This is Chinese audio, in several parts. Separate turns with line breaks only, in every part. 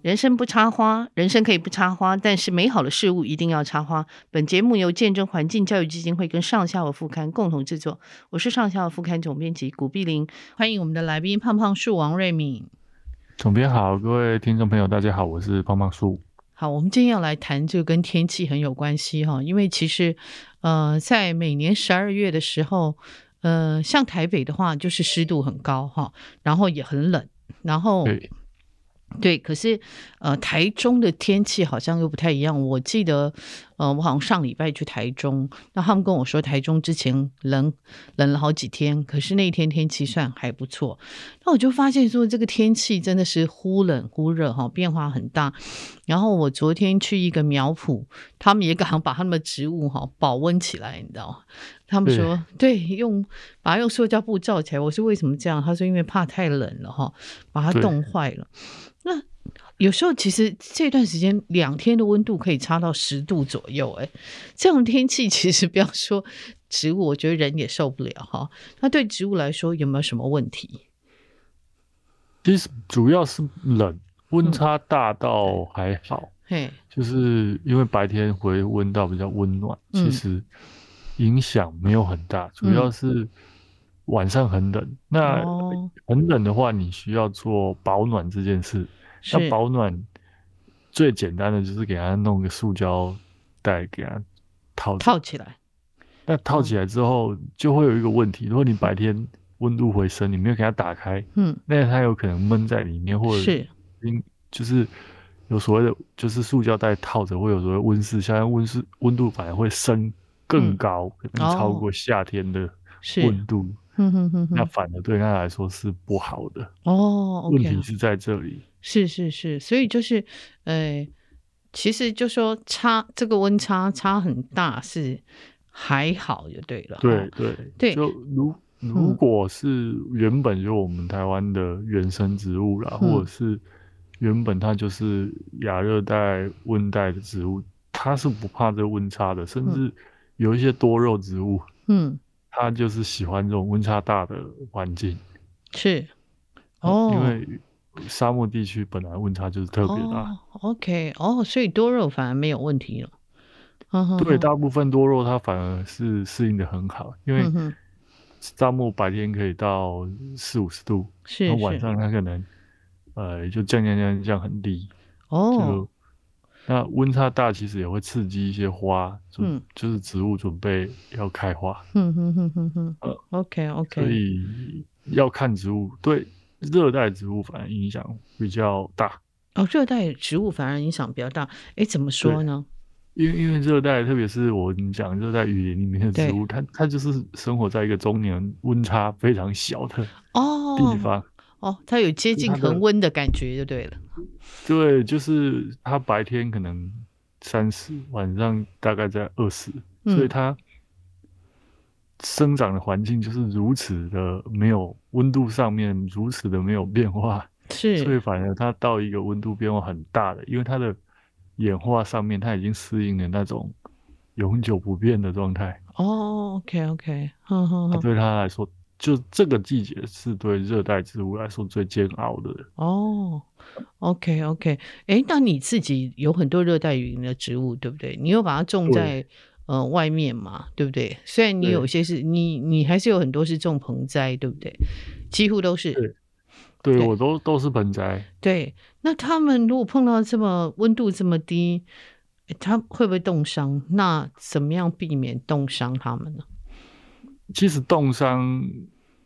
人生不插花，人生可以不插花，但是美好的事物一定要插花。本节目由见证环境教育基金会跟上下游副刊共同制作，我是上下游副刊总编辑古碧玲，欢迎我们的来宾胖胖树王瑞敏。
总编好，各位听众朋友，大家好，我是胖胖树。
好，我们今天要来谈这个跟天气很有关系哈，因为其实，呃，在每年十二月的时候，呃，像台北的话，就是湿度很高哈，然后也很冷，然后
对，
对，可是呃，台中的天气好像又不太一样。我记得，呃，我好像上礼拜去台中，那他们跟我说台中之前冷冷了好几天，可是那一天天气算还不错。那我就发现说，这个天气真的是忽冷忽热哈，变化很大。然后我昨天去一个苗圃，他们也 敢把他们的植物哈保温起来，你知道吗？他们说对，用把它用塑胶布罩起来。我说为什么这样？他说因为怕太冷了哈，把它
对
冻坏了。那有时候其实这段时间两天的温度可以差到十度左右、哎，这样的天气其实不要说植物，我觉得人也受不了哈。那对植物来说有没有什么问题？
其实主要是
嗯
冷，温差大到还好，
嘿，
就是因为白天回温到比较温暖，
嗯
其实影响没有很大，主要是晚上很冷。那
嗯哦
很冷的话，你需要做保暖这件事。那
是
保暖最简单的就是给它弄个塑胶袋给它套着
套起来，
那
嗯
套起来之后，就会有一个问题：如果你白天温度回升，你没有给它打开，
嗯，
那它有可能闷在里面，或者
是
因就是有所谓的，就是塑胶袋套着会有所谓温室效应，温室温度反而会升更高，可能超过夏天的
哦是，
温度，
哼哼哼
那
哼，
反而对它来说是不好的。
哦
问
，OK，
题是在这里，
是是是，所以就是，呃，其实就说差这个温差差很大是还好就对了哈，
对对
哦对嗯
就如如果是原本就我们台湾的原生植物啦，
嗯
或者是原本它就是亚热带、温带的植物，它是不怕这温差的，甚至有一些多肉植物，
嗯，
它就是喜欢这种温差大的环境，
是，哦，
因为沙漠地区本来温差就是特别啊大。
哦，OK，哦，所以多肉反而没有问题了，嗯哼
对，
哼
大部分多肉它反而是适应的很好，因为
嗯哼，
沙漠白天可以到四五十度，
是
那
是，
晚上它可能，呃，就降降降降很低，
哦，
就那温差大，其实也会刺激一些花，就、
嗯
就是植物准备要开花，
哼哼哼哼哼
呃
，OK
所
OK，
以要看植物对热带植物反而影响比较大，
哦，热带植物反而影响比较大，哎，怎么说
对
呢？
因为因为热带，特别是我们讲热带雨林里面的
对
植物，它它就是生活在一个中年温差非常小的
哦
地，方，
哦，它有接
就
近
它的
恒温的感觉就对了，
对，就是它白天可能三十，晚上大概在二十、所以
嗯，
它生长的环境就是如此的没有温度上面如此的没有变化，
是，
所以反而它到一个温度变化很大的，因为它的演化上面它已经适应了那种永久不变的状态，
哦，OK OK，哼哼
它
哼，
对它来说。就这个季节是对热带植物来说最煎熬的，
哦，OK OK，哎，那你自己有很多热带雨林的植物，对不对？你有把它种
对
在呃外面嘛，对不对？虽然你有
对
些是你你还是有很多是种盆栽，对不对？几乎都是
对对
对
我都都是盆栽，
对。那他们如果碰到这么温度这么低，诶它会不会冻伤？那怎么样避免冻伤它们呢？
其实冻伤，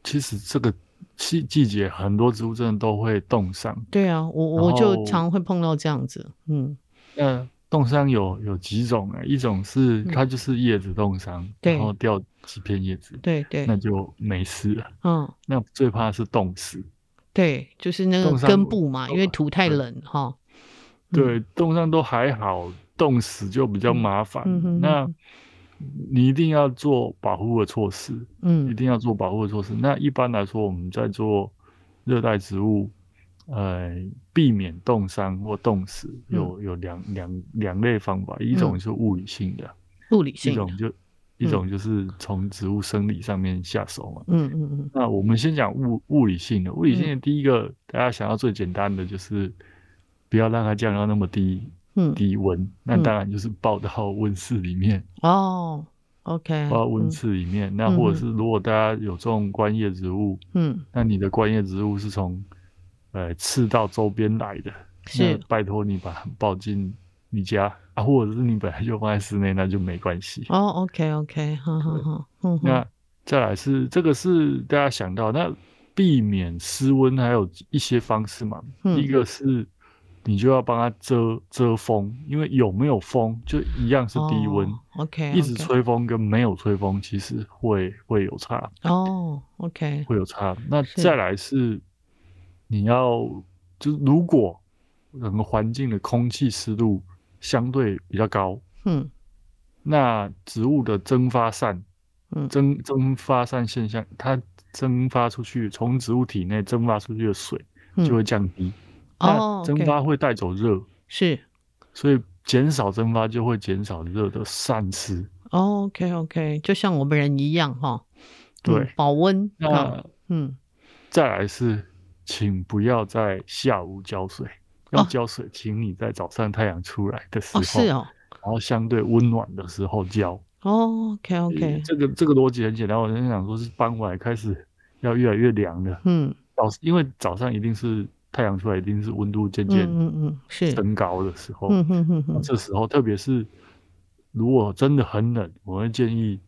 其实这个季季节很多植物真的都会冻伤。
对啊，我
然
我就
后
常会碰到这样子，嗯，
那冻伤有有几种啊？一种是
嗯
它就是叶子冻伤，
对
然后掉几片叶子，
对对，
那就没事了。
嗯。
那最怕是冻死。
对，就是那个
冻伤
根
部
部嘛，因为土太冷哈。嗯
对，冻伤都还好，冻死就比较麻烦。
嗯嗯哼
那
嗯
你一定要做保护的措施，一
嗯
定要做保护的措施。那一般来说，我们在做热带植物，呃，避免冻伤或冻死，
嗯
有有两两两类方法，一种就是物理性的，
物理
一
性的，
种就一种就是从植物生理上面下手嘛。
嗯嗯嗯，
那我们先讲物物理性的，物理性的第一个、大家想到最简单的就是不要让它降到那么低
嗯，
低温。那当然就是抱到 温室里面，
哦，OK，
抱到温室里面。那
嗯
或者
嗯
是如果大家有种观叶植物，
嗯，
那你的观叶植物是从呃赤道周边来的，
是
那拜托你把它抱进你家啊，或者是你本来就放在室内，那就没关系。
嗯，哦，OK，OK，好好好，嗯哼，
那再来是这个是大家想到，那避免失温还有一些方式嘛，
嗯
一个是你就要帮它遮遮风，因为有没有风就一样是
嗯
低
哦
温。
o k
一直，吹风跟没有吹风，其实会会有差，
哦，OK，
会有差。那
是
再来是，你要就是如果整个环境的空气湿度相对比较高，
嗯
那植物的蒸发散，
嗯
蒸蒸发散现象，它蒸发出去，从植物体内蒸发出去的水
嗯，
就会降低。
哦
那蒸
OK
发会带走热，
是
所以减少蒸发就会减少热的散失。
哦，OK，OK，就像我们人一样哈，嗯
对
保温，啊
那
嗯，
再来是，请不要在下午浇水，要
哦
浇水，请你在早上太阳出来的时
哦，
候，
是哦
然后相对温暖的时候浇。呃
，OK，OK，
这个这个逻辑很简单，我在想说是傍晚开始要越来越凉了。
嗯
早因为早上一定是太阳出来，一定是温度渐
嗯
渐
嗯嗯，是，
升高的时候。
嗯哼哼
那
哼，
这时候，特别是如果真的很冷，我会建议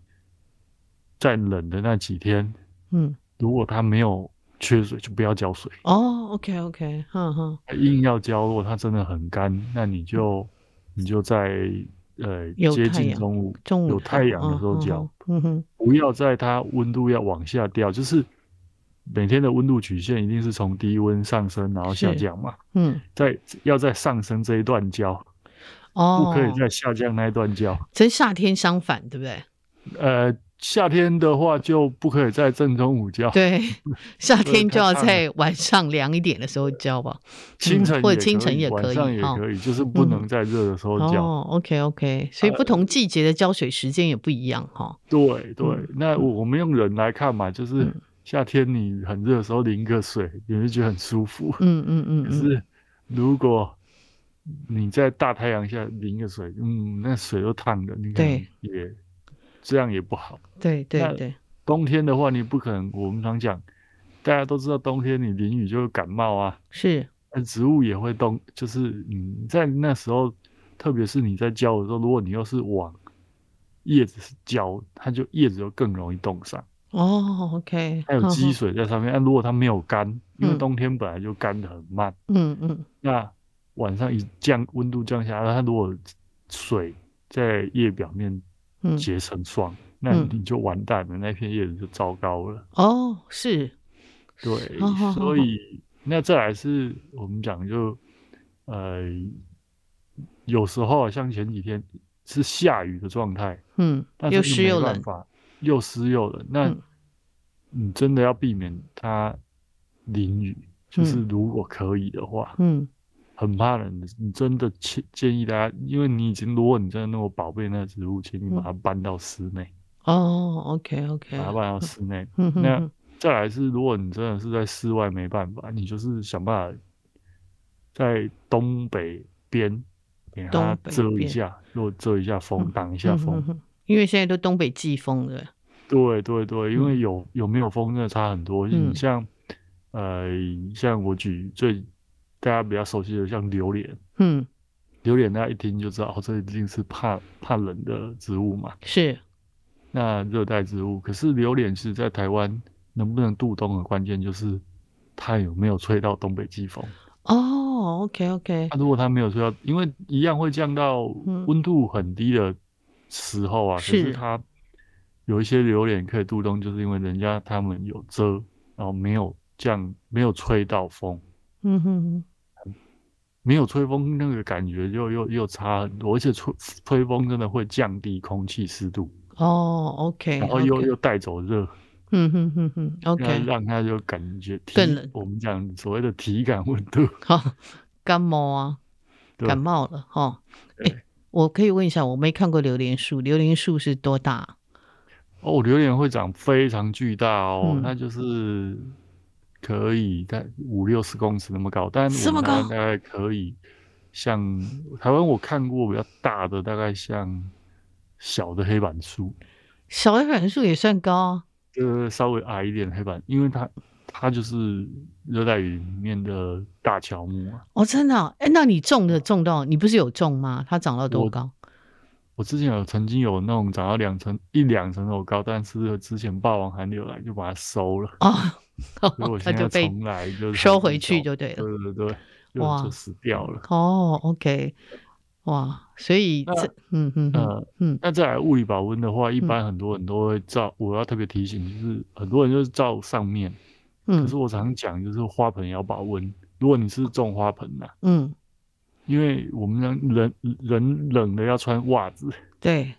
在冷的那几天，
嗯，
如果它没有缺水，就不要浇水。
哦，OK，OK，哈哈，
硬要浇，如果它真的很干，那你就你就在呃
有
接
太
近
阳
中午
中午
有太阳的时候浇，，
嗯哼，
不要在它温度要往下掉，就是每天的温度曲线一定是从低温上升然后下
是
降嘛，
嗯，
在要在上升这一段浇，
哦，
不可以在下降那一段浇。
跟夏天相反，对不对？
呃，夏天的话就不可以在正中午浇，
对，夏
对
天就
太
要
烫了
在晚上凉一点的时候浇吧。
清晨
嗯或者
也
清
可
晨
以
也可
晚
以
上也
哦
可以，就是不
嗯
能在热的时候浇。
哦，OK OK，所以不同季节的浇水时间也不一样哈。
对对，
嗯
那我我们用人来看嘛，就是
嗯
夏天你很热的时候淋个水，你会觉得很舒服。
嗯嗯嗯嗯，
可呃是如果你在大太阳下淋个水，嗯，那水都烫的，你可能
对
也这样也不好。
对对
那
对，
冬天的话，你不可能，我们常讲，大家都知道冬天你淋雨就会感冒啊，
是
那植物也会冻，就是你在那时候，特别是你在浇的时候，如果你又是往叶子浇，它就叶子就更容易冻伤。
哦，OK，
还有
哈
积
哈，
水在上面。那如果它没有干，因为
嗯
冬天本来就干的很慢，
嗯嗯，
那晚上一降温度降下来，它如果水在叶表面
嗯
结成霜，那
嗯
你就完蛋了，那片叶子就糟糕了。
哦，是，
对，
好好好
所以那再来是我们讲就呃，有时候啊像前几天是下雨的状态，
嗯，
但
又
是你
湿
没
又
办
冷，
法，又湿又冷。那
嗯
你真的要避免它淋雨，就是
嗯
如果可以的话，
嗯
很怕冷的，你真的建建议大家，因为你已经，如果你真的那么宝贝那个植物，请你把
嗯
它搬到室内，
哦，OK OK，
把它搬到室内。
嗯哼
那
哼，
再来是，如果你真的是在室外没办法，你就是想办法在东北边给它
东北
遮一
边
下，如果遮一下风，
嗯
挡一下
嗯
风
哼。哼因为现在都东北季风了，
对对对，因为
嗯
有有没有风真的差很多。你
嗯
像，呃，像我举最大家比较熟悉的，像榴莲，
嗯，
榴莲大家一听就知道，哦，这一定是怕怕冷的植物嘛。
是，
那热带植物，可是榴莲是在台湾能不能渡冬的关键就是它有没有吹到东北季风。
哦，OK OK，
那、如果它没有吹到，因为一样会降到
嗯
温度很低的时候啊，可
是
是它有一些榴莲可以渡冬，就是因为人家他们有遮，然后没有降，没有吹到风，
嗯哼哼，
没有吹风那个感觉又又又差很多，而且吹吹风真的会降低空气湿度，
哦，OK，
然后又
OK
又带走热，
嗯哼哼哼
那
，OK，
让它就感觉体
更冷
我们讲所谓的体感温度，
好， 感冒啊，
对
感冒了哈。
对
诶我可以问一下，我没看过榴莲树，榴莲树是多大？
哦，榴莲会长非常巨大哦，
嗯
它就是可以在五六十公尺那么高，但
这么
我们台
高
湾大概可以像台湾我看过比较大的，大概像小的黑板树，
小的软树也算高啊，
呃，稍微矮一点的黑板，因为它它就是热带雨林里面的大乔木啊。
哦，真的、啊，哎，那你种的种到，你不是有种吗？它长到多
我
高？
我之前有曾经有那种长到两层一两层楼高，但是之前霸王寒流来就把它收了，
哦，
所以我
它
现
就
在
被
重来就是
收
还是
回去
找
就对了。
对对对，就
哇
就死掉了。
哦，OK，哇，所以
那
这，嗯嗯嗯
呃，
嗯，
那再来物理保温的话，一般很多人都会照，我要特别提醒，就是很多人就是照上面，可是
嗯
我常讲就是花盆也要保温。如果你是种花盆呐、
嗯，
因为我们人人人冷了要穿袜子，
对，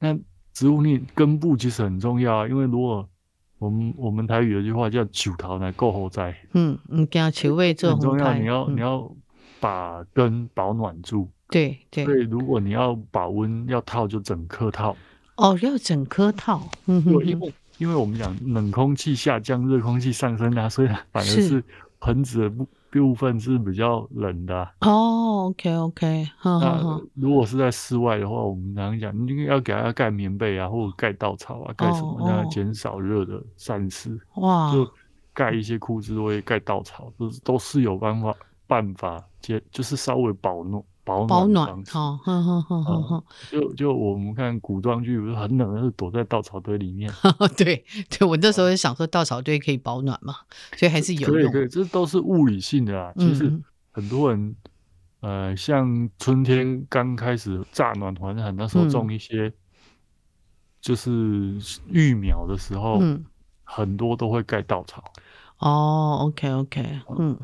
那植物你根部其实很重要啊，因为如果我们我们台语有句话叫“九桃来够后栽
嗯，你给它球位”，做
很
红
重要，
牌，
你要、
嗯
你要把根保暖住。
对对
所，以如果你要保温，要套就整颗套。
哦，要整颗套，嗯哼
对，因
哼，
为因为我们讲冷空气下降，热空气上升啊，所以它反而
是
是盆子的部部分是比较冷的啊、
哦，OK OK，好好好
那，如果是在室外的话，我们常常讲，你应该要给它盖棉被啊，或者盖稻草啊，盖什么
哦，
让它
哦
减少热的散失。
哇，
就盖一些枯枝落叶，盖稻草，都是都是有办法办法接，就是稍微保暖保
保
暖的
暖
方，式。
好，好好好好好。
就就我们看古装剧，不是很冷，是躲在稻草堆里面。
对对，我那时候也想说稻草堆可以保暖嘛，所以还是 有
啊可以
用。
可以，这都是物理性的啊。其实
嗯
很多人，呃，像春天刚开始乍暖还寒，那时候
嗯
种一些就是育苗的时候，
嗯，
很多都会盖稻草，
哦，OK OK，嗯，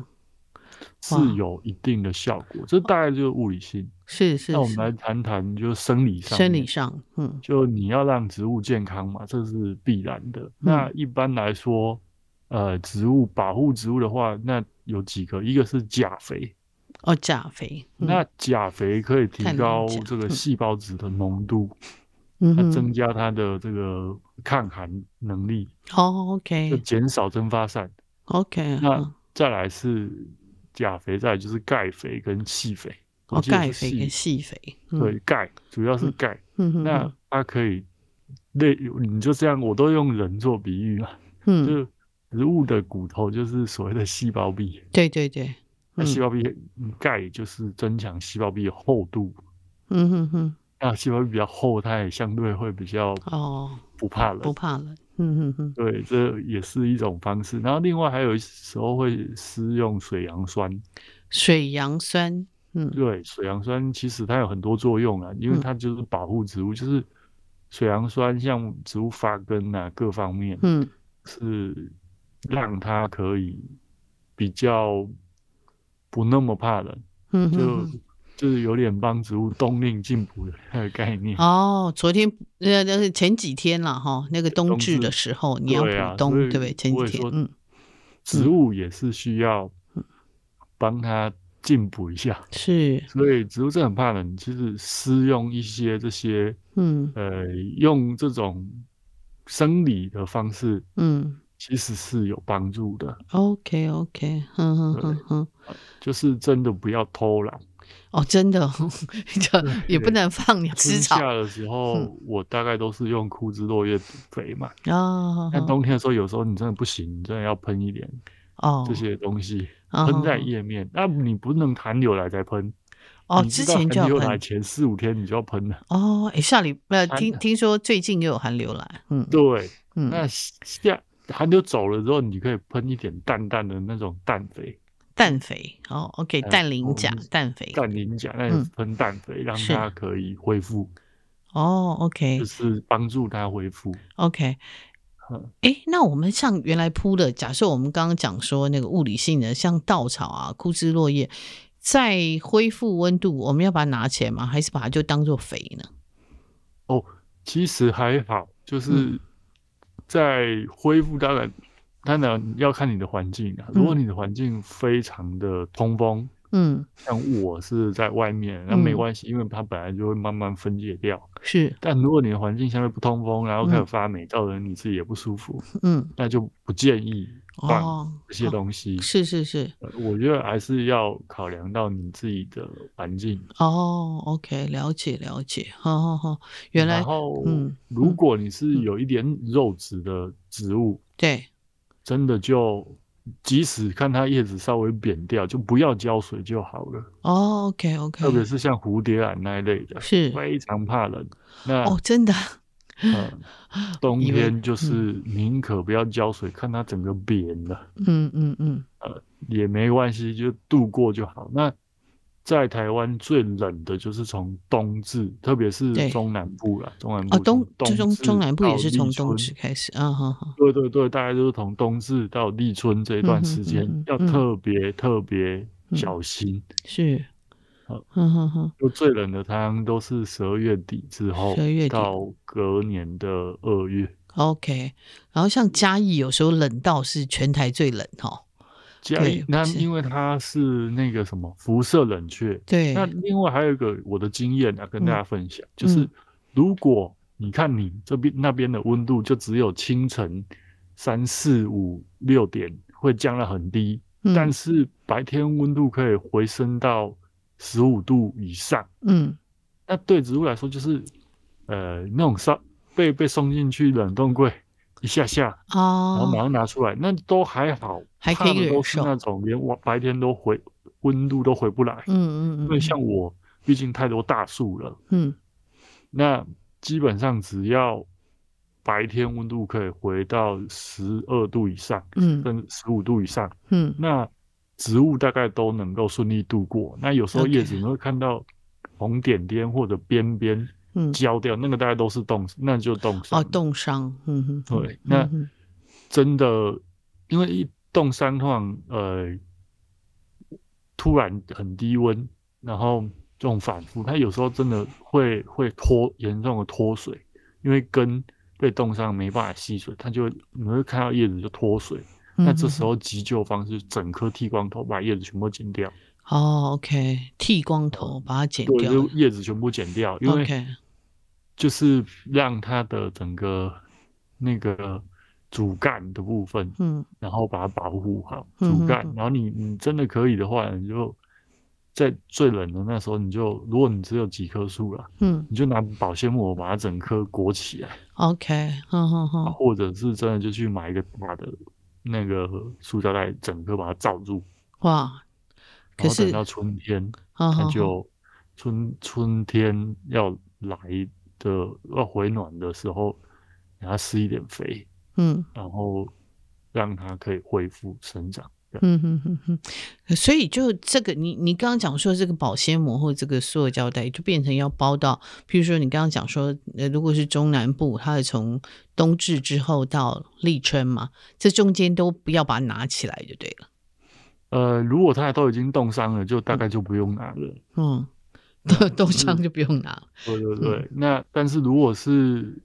是
哇
有一定的效果。这大概就是物理性。
是是
那我们来
是，
谈谈就是生理上面，
生理上，嗯
就你要让植物健康嘛，这是必然
嗯
的。那一般来说，呃，植物保护植物的话，那有几个，一个是钾肥，
哦，钾肥，嗯
那钾肥可以提
碳
高
磷钾
这个
嗯
细胞质的浓度，
嗯
那
哼，
增加它的这个抗寒能力，
哦
就
，OK
减少蒸发散。
OK，嗯哦
那再来是钾肥，再来就是钙肥跟细肥。我
哦，
记得
钙
是
肥
细
跟细肥，嗯
对，钙，主要是钙。
嗯哼
那
哼，
它可以类，你就这样，我都用人做比喻嘛，
嗯，
就植物的骨头就是所谓的细胞壁，
对对对，
那
嗯
细胞壁嗯钙就是增强细胞壁的厚度，
嗯哼哼，
那细胞壁比较厚，它也相对会比较
哦，
不怕冷
不。怕冷，嗯哼哼，
对，这也是一种方式。然后另外还有时候会施用水杨酸，
水杨酸，嗯
对，水杨酸其实它有很多作用啊，因为
嗯
它就是保护植物，就是水杨酸像植物发根啊各方面，
嗯
是让它可以比较不那么怕冷，
嗯
就、
哼哼。
就是有点帮植物冬令进补的那个概念。
哦，昨天呃，那个前几天了哈，那个冬
冬
至
至
的时候，你要
对啊
补冬，
所
对
以
不对？前
我
几
也
天
说，
嗯，
植物也是需要帮它进补一下，
是，
所以植物是很怕冷。其实施用一些这些
嗯
呃，用这种生理的方式，
嗯
其实是有帮助的，
，OK OK，哼嗯哼
对
哼哼，
就是真的不要偷懒。
哦，真的哦， 这也不能放鸟
春
吃草嗯
夏的时候，我大概都是用枯枝落叶肥嘛。
啊，
但冬天的时候，有时候你真的不行，你真的要喷一点
哦，
这些东西，
啊
喷在叶面。那你不能寒流来再喷，
哦，
你知
之
道
前就
寒
要
流来
喷
前四五天你就要喷 了。
哦，诶，下礼呃，
寒
听听说最近又有寒流来，嗯
对，
嗯，
那下寒流走了之后，你可以喷一点淡淡的那种氮肥，
氮肥哦，OK，
呃
氮磷
我
钾
们是
氮肥，
氮磷钾，那
嗯
你喷氮肥，让
是
它可以恢复，
哦，OK
就是帮助它恢复。
OK，
嗯
诶，那我们像原来铺的，假设我们刚刚讲说那个物理性的，像稻草啊、枯枝落叶，在恢复温度，我们要把它拿起来吗？还是把它就当做肥呢？
哦其实还好，就
嗯
是在恢复，当然，当然要看你的环境啊。如果
嗯
你的环境非常的通风，
嗯，
像我是在外面，那没
嗯
关系，因为它本来就会慢慢分解掉。
是，
但如果你的环境相对不通风，然后
嗯
开始发霉，造成你自己也不舒服，
嗯，
那就不建议棒
哦，
这些东西。
是是是，
呃我觉得还是要考量到你自己的环境。
哦，OK，了解了解，好好好，原来
然后，
嗯
如
嗯
果你是
嗯
有一点肉质的植物，
对，
真的就即使看它叶子稍微扁掉，就不要浇水就好了。
哦，OK OK，
特别是像蝴蝶兰那一类的，
是
非常怕冷。那、
哦，真的，
嗯，冬
以为
天就是宁可不要浇水，看它整个扁了
嗯嗯嗯，
也没关系，就度过就好。那在台湾最冷的就是从冬至，特别是
对
中南部啦，中南部
哦，东
从
中
至
中南部也
到
是从
立
东
春
至开始，啊，好好，
对对对，大概就是从冬至到立春这一段时间，
嗯哼嗯哼
要
嗯
特别特别小心。
是，嗯
好
哼哼哼，
就最冷的太阳都是十二月底之后
12月底
到隔年的二月，
OK，然后像嘉义有时候冷到是全台最冷哈，
嘉义
对
那
是
因为它是那个什么辐射冷却。
对，
那另外还有一个我的经验要跟大家分享，就
嗯
是如果你看你这边那边的温度就只有清晨三四五六点会降到很低，但
嗯
是白天温度可以回升到十五度以上。
嗯
那对植物来说，就是呃那种烧被被送进去冷冻柜一下下，然后
哦，
马上拿出来，那都还好，
还可以
怕的都
忍
是
受
那种连晚白天都回温度都回不来。
嗯嗯
因
嗯，
为像我，毕竟太多大树了，
嗯
那基本上只要白天温度可以回到十二度以上，
嗯嗯
甚至十五度以上，
嗯
那植物大概都能够顺利度过。那有时候
OK
叶子你会看到红点点或者边边
嗯，
焦掉，那个大概都是冻，那就冻伤。
哦，冻伤，嗯哼，
对
嗯
那
哼
真的，因为一冻伤通常呃突然很低温，然后这种反复，它有时候真的会会脱严重的脱水，因为根被冻伤没办法吸水，它就会你会看到叶子就脱水。那这时
嗯
候急救方式，整颗剃光头，把叶子全部剪掉，
哼哦，OK，剃光头把它剪
对，
掉
就叶子全部剪掉，因为
，OK，
就是让它的整个那个主干的部分，
嗯
然后把它保护好
嗯
主
哼
干
哼，
然后你你真的可以的话，你就在最冷的那时候，你就如果你只有几棵树啦，
嗯
你就拿保鲜膜把它整棵裹起来，啊
，OK，哼哼哼，
或者是真的就去买一个大的那个塑胶袋，整棵把它罩住，
哇，可
然后等
是，嗯
到春天，
哼
它
哼哼
就春春天要来的要回暖的时候，给它施一点肥，
嗯。
然后让它可以恢复生长。这样
嗯哼哼哼，所以就这个，你你刚刚讲说这个保鲜膜或这个塑胶袋，就变成要包到，譬如说你刚刚讲说，呃，如果是中南部，它是从冬至之后到立春嘛，这中间都不要把它拿起来就对了。
呃，如果它都已经冻伤了，就大概就不用拿了。
嗯，都都
嗯
伤就不用拿了。
对对对。那但是如果是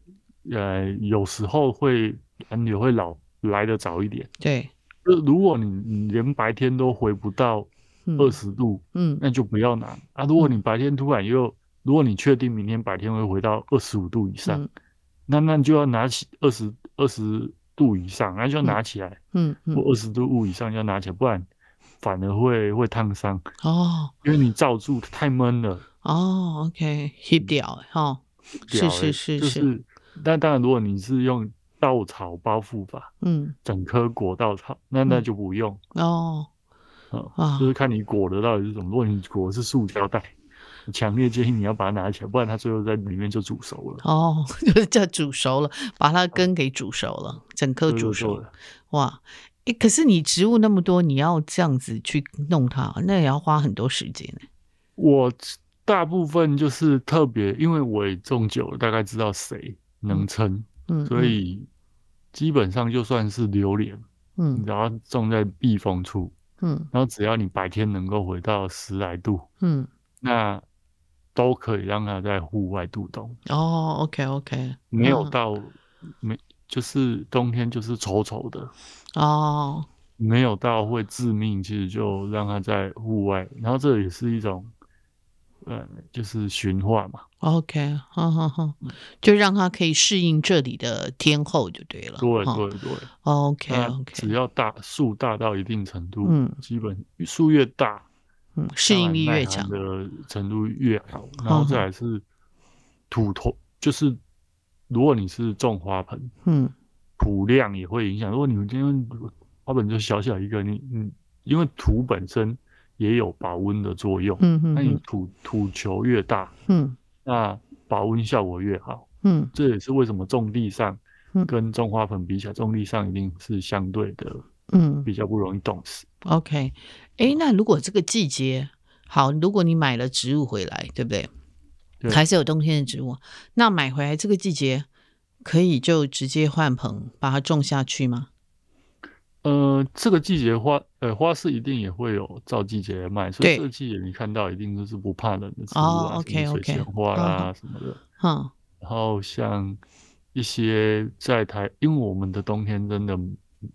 呃，有时候会寒流会老来的早一点。
对，
就如果你你连白天都回不到
嗯
二十度，
嗯
那就不要拿啊。如果你白天突然又，如果你确定明天白天会回到二十五度以上，
嗯
那那你就要拿起二十二十度以上，那就要拿起来，
嗯
或
嗯，
二十度物以上要拿起来，不然反而会会烫伤，
哦
因为你罩住太闷了。
哦，OK，hit 掉哈、哦，
屌
是是
欸
是，
嗯就是是。但当然，如果你是用稻草包覆法，
嗯
整颗裹稻草，那那就不用。
哦
嗯
啊
就是看你裹的到底是什么。如果你裹的是塑胶袋，我强烈建议你要把它拿起来，不然它最后在里面就煮熟了，
哦， 就是这煮熟了，把它根给煮熟了，整颗
嗯对
煮
对
熟
对
了。哇，诶，可是你植物那么多，你要这样子去弄它，那也要花很多时间欸
我大部分就是特别，因为我也种久了，大概知道谁能撑，
嗯，
所以基本上就算是榴莲，
嗯
然后种在避风处，
嗯
然后只要你白天能够回到十来度，
嗯
那都可以让它在户外度冬，
嗯，哦，OK OK，
没有
嗯
到、没就是冬天就是丑丑的，
哦，
没有到会致命，其实就让它在户外。然后这也是一种呃，就是驯化嘛。
OK，好好好，
嗯
就让它可以适应这里的天候就对了。
对
哈
对对，
嗯 OK
那
OK，
只要大树大到一定程度，
嗯
基本树越大，
嗯，适应力越强嗯
当。然耐寒的程度越好。然后再来是土头，就是如果你是种花盆，
嗯
土量也会影响。如果你们今天花盆就小小一个，你你因为土本身也有保温的作用，
嗯
那你
嗯
土土球越大，
嗯
那保温效果越好。
嗯
这也是为什么种地上
嗯
跟种花盆比起来，种地上一定是相对的
嗯
比较不容易冻死。
，OK。诶，那如果这个季节好，如果你买了植物回来，对不对？
对
还是有冬天的植物，那买回来这个季节可以就直接换盆把它种下去吗？
呃，这个季节花，呃，花市一定也会有照季节来卖，所
对
以这个季节你看到一定就是不怕冷的植物
哦嗯
啊，
，OK，
什么
OK，
水仙花啦、什么的。
哼，
然后像一些在台，因为我们的冬天真的，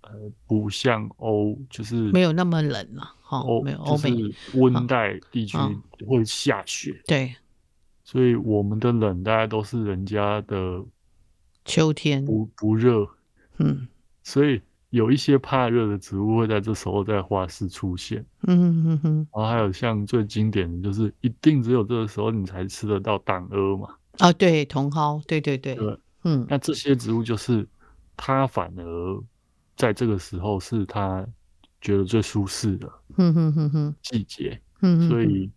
呃，不像欧，就是
没有那么冷了、哈、
欧，
没有欧
嗯哦就
美、
是温带地区
嗯
会下雪，
对
所以我们的冷大概都是人家的
秋天，
不不热，
嗯
所以有一些怕热的植物会在这时候在花市出现。
嗯嗯嗯，
然后还有像最经典的就是，一定只有这个时候你才吃得到党鹅嘛。
啊，对，茼蒿，对对对，
对
嗯
那这些植物就是它反而在这个时候是它觉得最舒适的
嗯嗯嗯嗯
季节，
嗯，
所以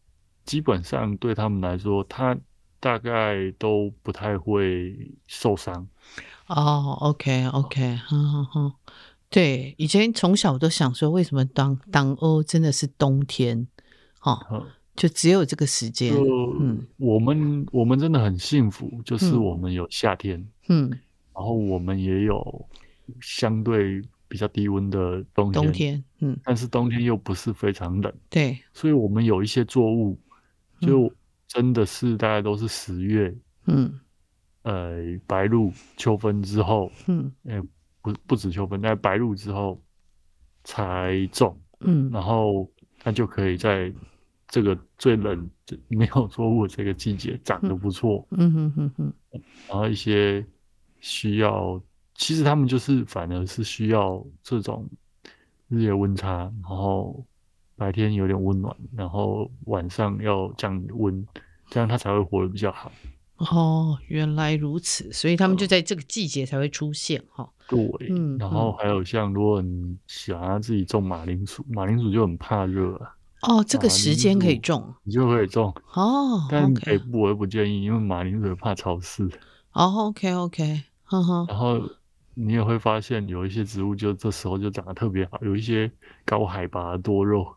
基本上对他们来说，它大概都不太会受伤。
哦，OK OK，嗯嗯嗯，对，以前从小都想说，为什么当当欧真的是冬天，哦，
嗯，
就只有这个时间，
就
嗯
我们我们真的很幸福，就是
嗯
我们有夏天，
嗯，
然后我们也有相对比较低温的冬
冬天，嗯，
但是冬天又不是非常冷，
对，
所以我们有一些作物
嗯
就真的是大概都是十月，
嗯
呃，白露、秋分之后，
嗯
呃，不不止秋分，在白露之后才种，
嗯
然后它就可以在这个最冷、最没有作物的这个季节长得不错，
嗯嗯嗯嗯，
然后一些需要，其实他们就是反而是需要这种日夜温差，然后白天有点温暖，然后晚上要降温，这样它才会活得比较好。
哦，原来如此，所以他们就在这个季节才会出现，哈，
嗯对，
嗯
然后还有像如果你想要自己种马铃薯，马铃薯就很怕热啊，
哦，这个
马
时
铃
间可以
薯
种，
你就可以 种。
哦
但北
，OK，
部我也不建议，因为马铃薯也怕潮湿。
哦，OK OK，哼哼，
然后你也会发现有一些植物就这时候就长得特别好，有一些高海拔多肉，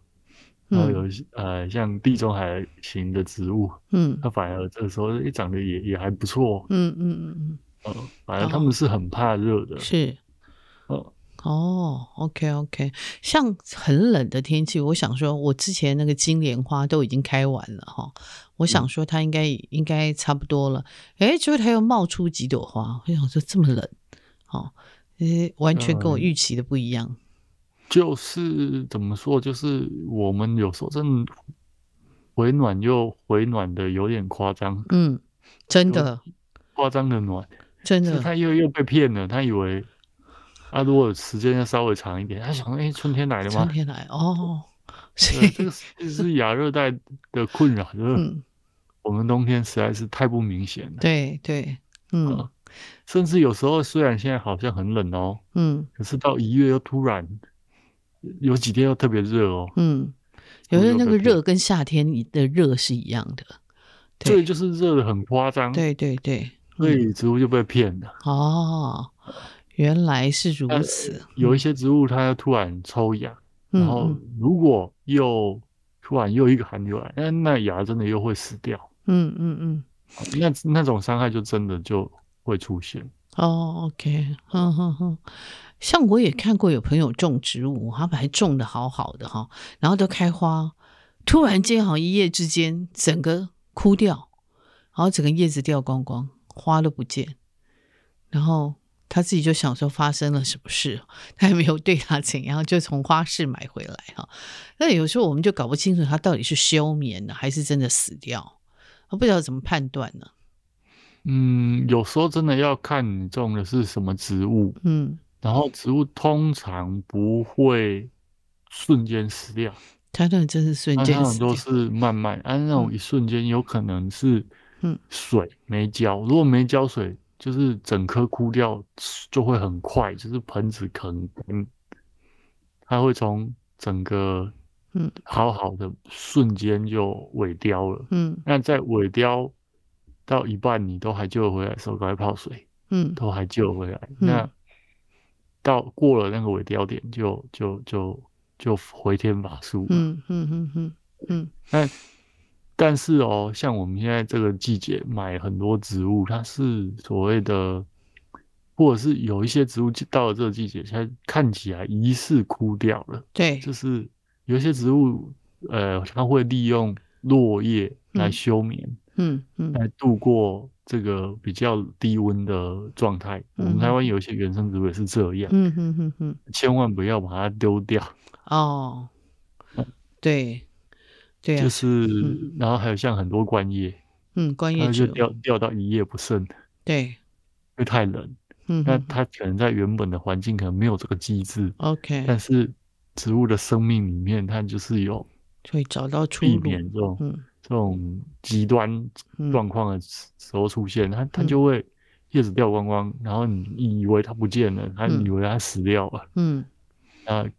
然后有一些、呃像地中海型的植物，
嗯
它反而这时候诶长得也也还不错，
嗯嗯嗯
呃，反而
哦
它们是很怕热的
嗯，，是。
呃，
哦，OK OK，像很冷的天气，我想说，我之前那个金莲花都已经开完了哈，我
嗯
想说它应该应该差不多了，诶，结果它又冒出几朵花，我想说这么冷，哦，诶，完全跟我
嗯
预期的不一样，
就是怎么说，就是我们有时候真的回暖又回暖的有点夸张，
嗯，真的
夸张的暖，
真
是
的，
他又又被骗了，他以为。啊，如果时间要稍微长一点，他想，哎、春天来了吗
春？天来哦，所
对，这
以
个是这是亚热带的困扰，就是
嗯，
我们冬天实在是太不明显了。
对对，嗯
啊甚至有时候虽然现在好像很冷哦，
嗯
可是到一月又突然有几天又特别热哦。
嗯，有的
又
那
被
个
骗
热跟夏天的热是一样的，
这
对
就是热的很夸张，
对嗯对对，
所以植物就被骗了。
哦，原来是如
但
此。
呃有一些植物它突然抽芽，
嗯，
然后
嗯
如果又突然又一个寒流来，那那芽真的又会死掉，
嗯嗯嗯，
那那种伤害就真的就会出现。
哦，OK，哼哼哼。像我也看过有朋友种植物，他本来种的好好的哈，然后都开花，突然间好像一夜之间整个枯掉，然后整个叶子掉光光，花都不见，然后他自己就想说发生了什么事，他也没有对他怎样，就从花市买回来哈。那有时候我们就搞不清楚他到底是休眠的还是真的死掉，我不知道怎么判断呢。
嗯，有时候真的要看你种的是什么植物，
嗯，
然后植物通常不会瞬间死掉，
它那真是瞬
那
间
它
死
很
掉
多。是慢慢，按那种一瞬间有可能是，
嗯，
水没浇，如果没浇水，就是整棵枯掉，就会很快，就是盆子可能，嗯，它会从整个，
嗯，
好好的瞬间就萎凋了。
嗯
那在尾雕到一半，你都还救得回来，手赶快泡水，
嗯
都还救得回来。
嗯
那到过了那个尾雕点就，就就就回天乏术。，
嗯嗯嗯嗯嗯
那但是哦，像我们现在这个季节买很多植物，它是所谓的，或者是有一些植物到了这个季节，它看起来疑似枯掉了。
对，
就是有一些植物，呃，它会利用落叶来
嗯
休眠，
嗯嗯
来度过这个比较低温的状态。我
嗯
们台湾有一些原生植物也是这样，
嗯嗯嗯嗯，
千万不要把它丢掉。
哦，对对啊
就，是
嗯，
然后还有像很多观叶，
嗯，观叶
它就
植
掉
物，
掉到一叶不剩，因
对，
为太冷。
嗯
那
嗯
它可能在原本的环境可能没有这个机制，
，OK，
但是植物的生命里面，它就是有
会找到出
避
路，
免这种
嗯
这种极端
嗯
状况的时时候出现，它它
嗯
就会叶子掉光光，然后你以为它不见了，它
嗯
以为它死掉了，
嗯
那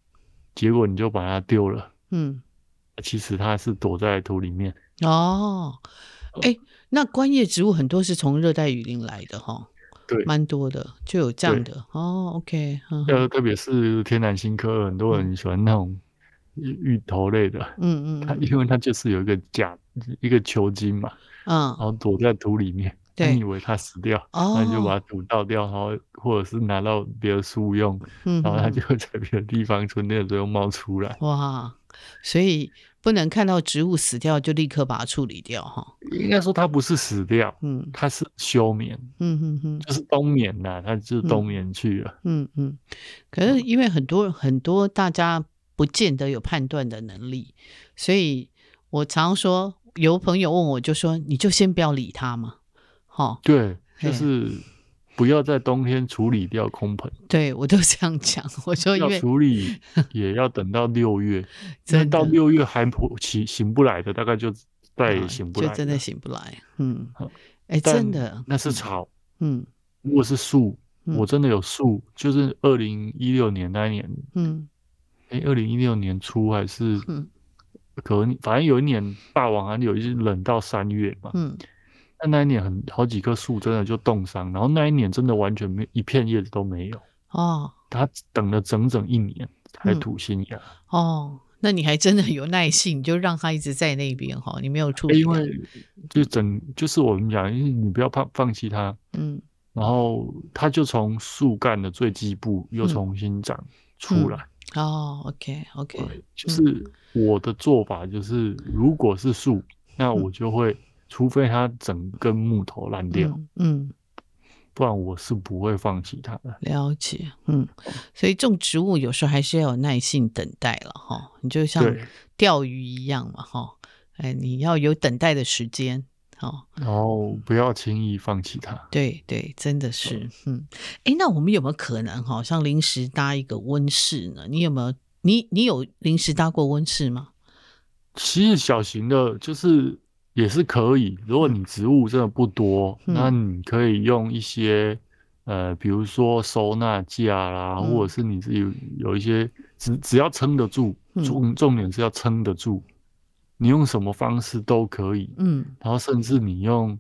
结果你就把它丢了，
嗯，
其实它是躲在土里面。
哦，哎，那观叶植物很多是从热带雨林来的哈，
对
蛮多的，就有这样的哦，OK，嗯
呃，特别是天南星科，很多人喜欢那种芋芋头类的，
嗯
它
嗯
因为它就是有一个假一个球茎嘛，
嗯
然，后躲在土里面，那
对
你以为它死掉，
哦，
那你就把它土倒掉，然后或者是拿到别的树用，
嗯，
然后它
嗯
就会在别的地方春天的时候冒出来。
哇，所以不能看到植物死掉就立刻把它处理掉哈。
应该说它不是死掉，
嗯
它是休眠，
嗯嗯嗯
就是冬眠呐、它就是冬眠去了。
嗯嗯。可是因为很多很多大家不见得有判断的能力，所以我常说，有朋友问我就说，你就先不要理他嘛。好、
对，
嘿
就是不要在冬天处理掉空盆，
对我都这样讲，我说因
要
为
处理也要等到六月，那
真
到
的
六月还不起醒不来的，大概就再也
啊
醒不
就
来、
真的，醒不来。嗯
好，
哎，
但
真的，
那是草，
嗯
如果是树，
嗯
我真的有树，就是二零一六年那一年，
嗯
哎、2二零一六年初还是
嗯
可能反正有一年霸王寒流，就是冷到三月嘛，
嗯
那那一年很好几棵树真的就冻伤，然后那一年真的完全没一片叶子都没有，
哦
它等了整整一年才
嗯
吐新芽。
哦，那你还真的有耐性，你就让他一直在那边哈，你没有处
欸
理
因
掉。
为就整就是我们讲，因为你不要放放弃它，
嗯
然后它就从树干的最基部又
嗯
重新长出来。
哦，OK 嗯 OK，
对，就是我的做法就是，如果是树，那
嗯
我就会，除非它整根木头烂掉，
嗯嗯，
不然我是不会放弃它的。
了解，嗯，所以种植物有时候还是要有耐性等待了哈，你就像
对，
钓鱼一样嘛哈，哎，你要有等待的时间。哦，
然后不要轻易放弃它。
对对，真的是，嗯，哎，那我们有没有可能哈，像临时搭一个温室呢？你有没有？你你有临时搭过温室吗？
其实小型的，就是也是可以。如果你植物真的不多，
嗯
那你可以用一些呃，比如说收纳架啦，
嗯
或者是你自己有有一些，只只要撑得住，
嗯
重重点是要撑得住。你用什么方式都可以，
嗯，
然后甚至你用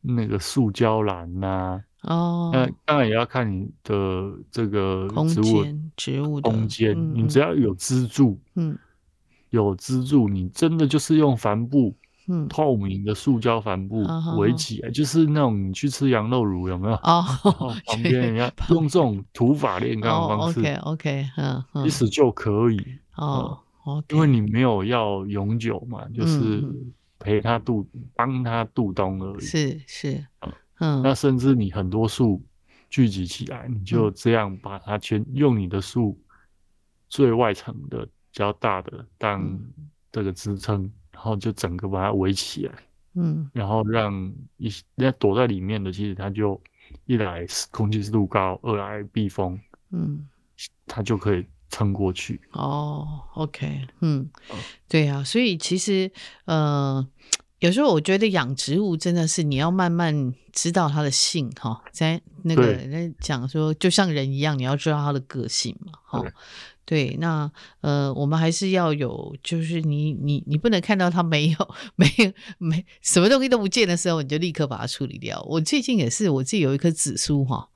那个塑胶篮呐、
哦，
那当然也要看你的这个
空
植物
间植物的
空间，
嗯
你
嗯
只要有支柱，
嗯
有支柱，你真的就是用帆布。
嗯，
透明的塑胶帆布
啊哈
围
哈
起来，就是那种你去吃羊肉乳有没有？ 然后
哦，
旁边人家用这种土法炼钢的方
哦，OK
式，
OK，嗯嗯，
其实就可以，
哦，OK，
因为你没有要永久嘛，就是
嗯嗯
陪它度帮它度冬而已。
是是
嗯，那
嗯
甚至你很多树聚集起来，你就这样把它全用你的树最外层的比较大的当
嗯
这个支撑，然后就整个把它围起来。
嗯
然后让一些那躲在里面的，其实它就一来是空气湿度高，二来避风，
嗯，
它就可以撑过去。
哦，OK，嗯
嗯，
对啊，所以其实呃，有时候我觉得养植物真的是你要慢慢知道它的性哈，在那个
对
人家讲说，就像人一样，你要知道它的个性嘛，哈
对。
对，那呃，我们还是要有，就是你你你不能看到它没有没有没什么东西都不见的时候，你就立刻把它处理掉。我最近也是，我自己有一棵紫苏哈，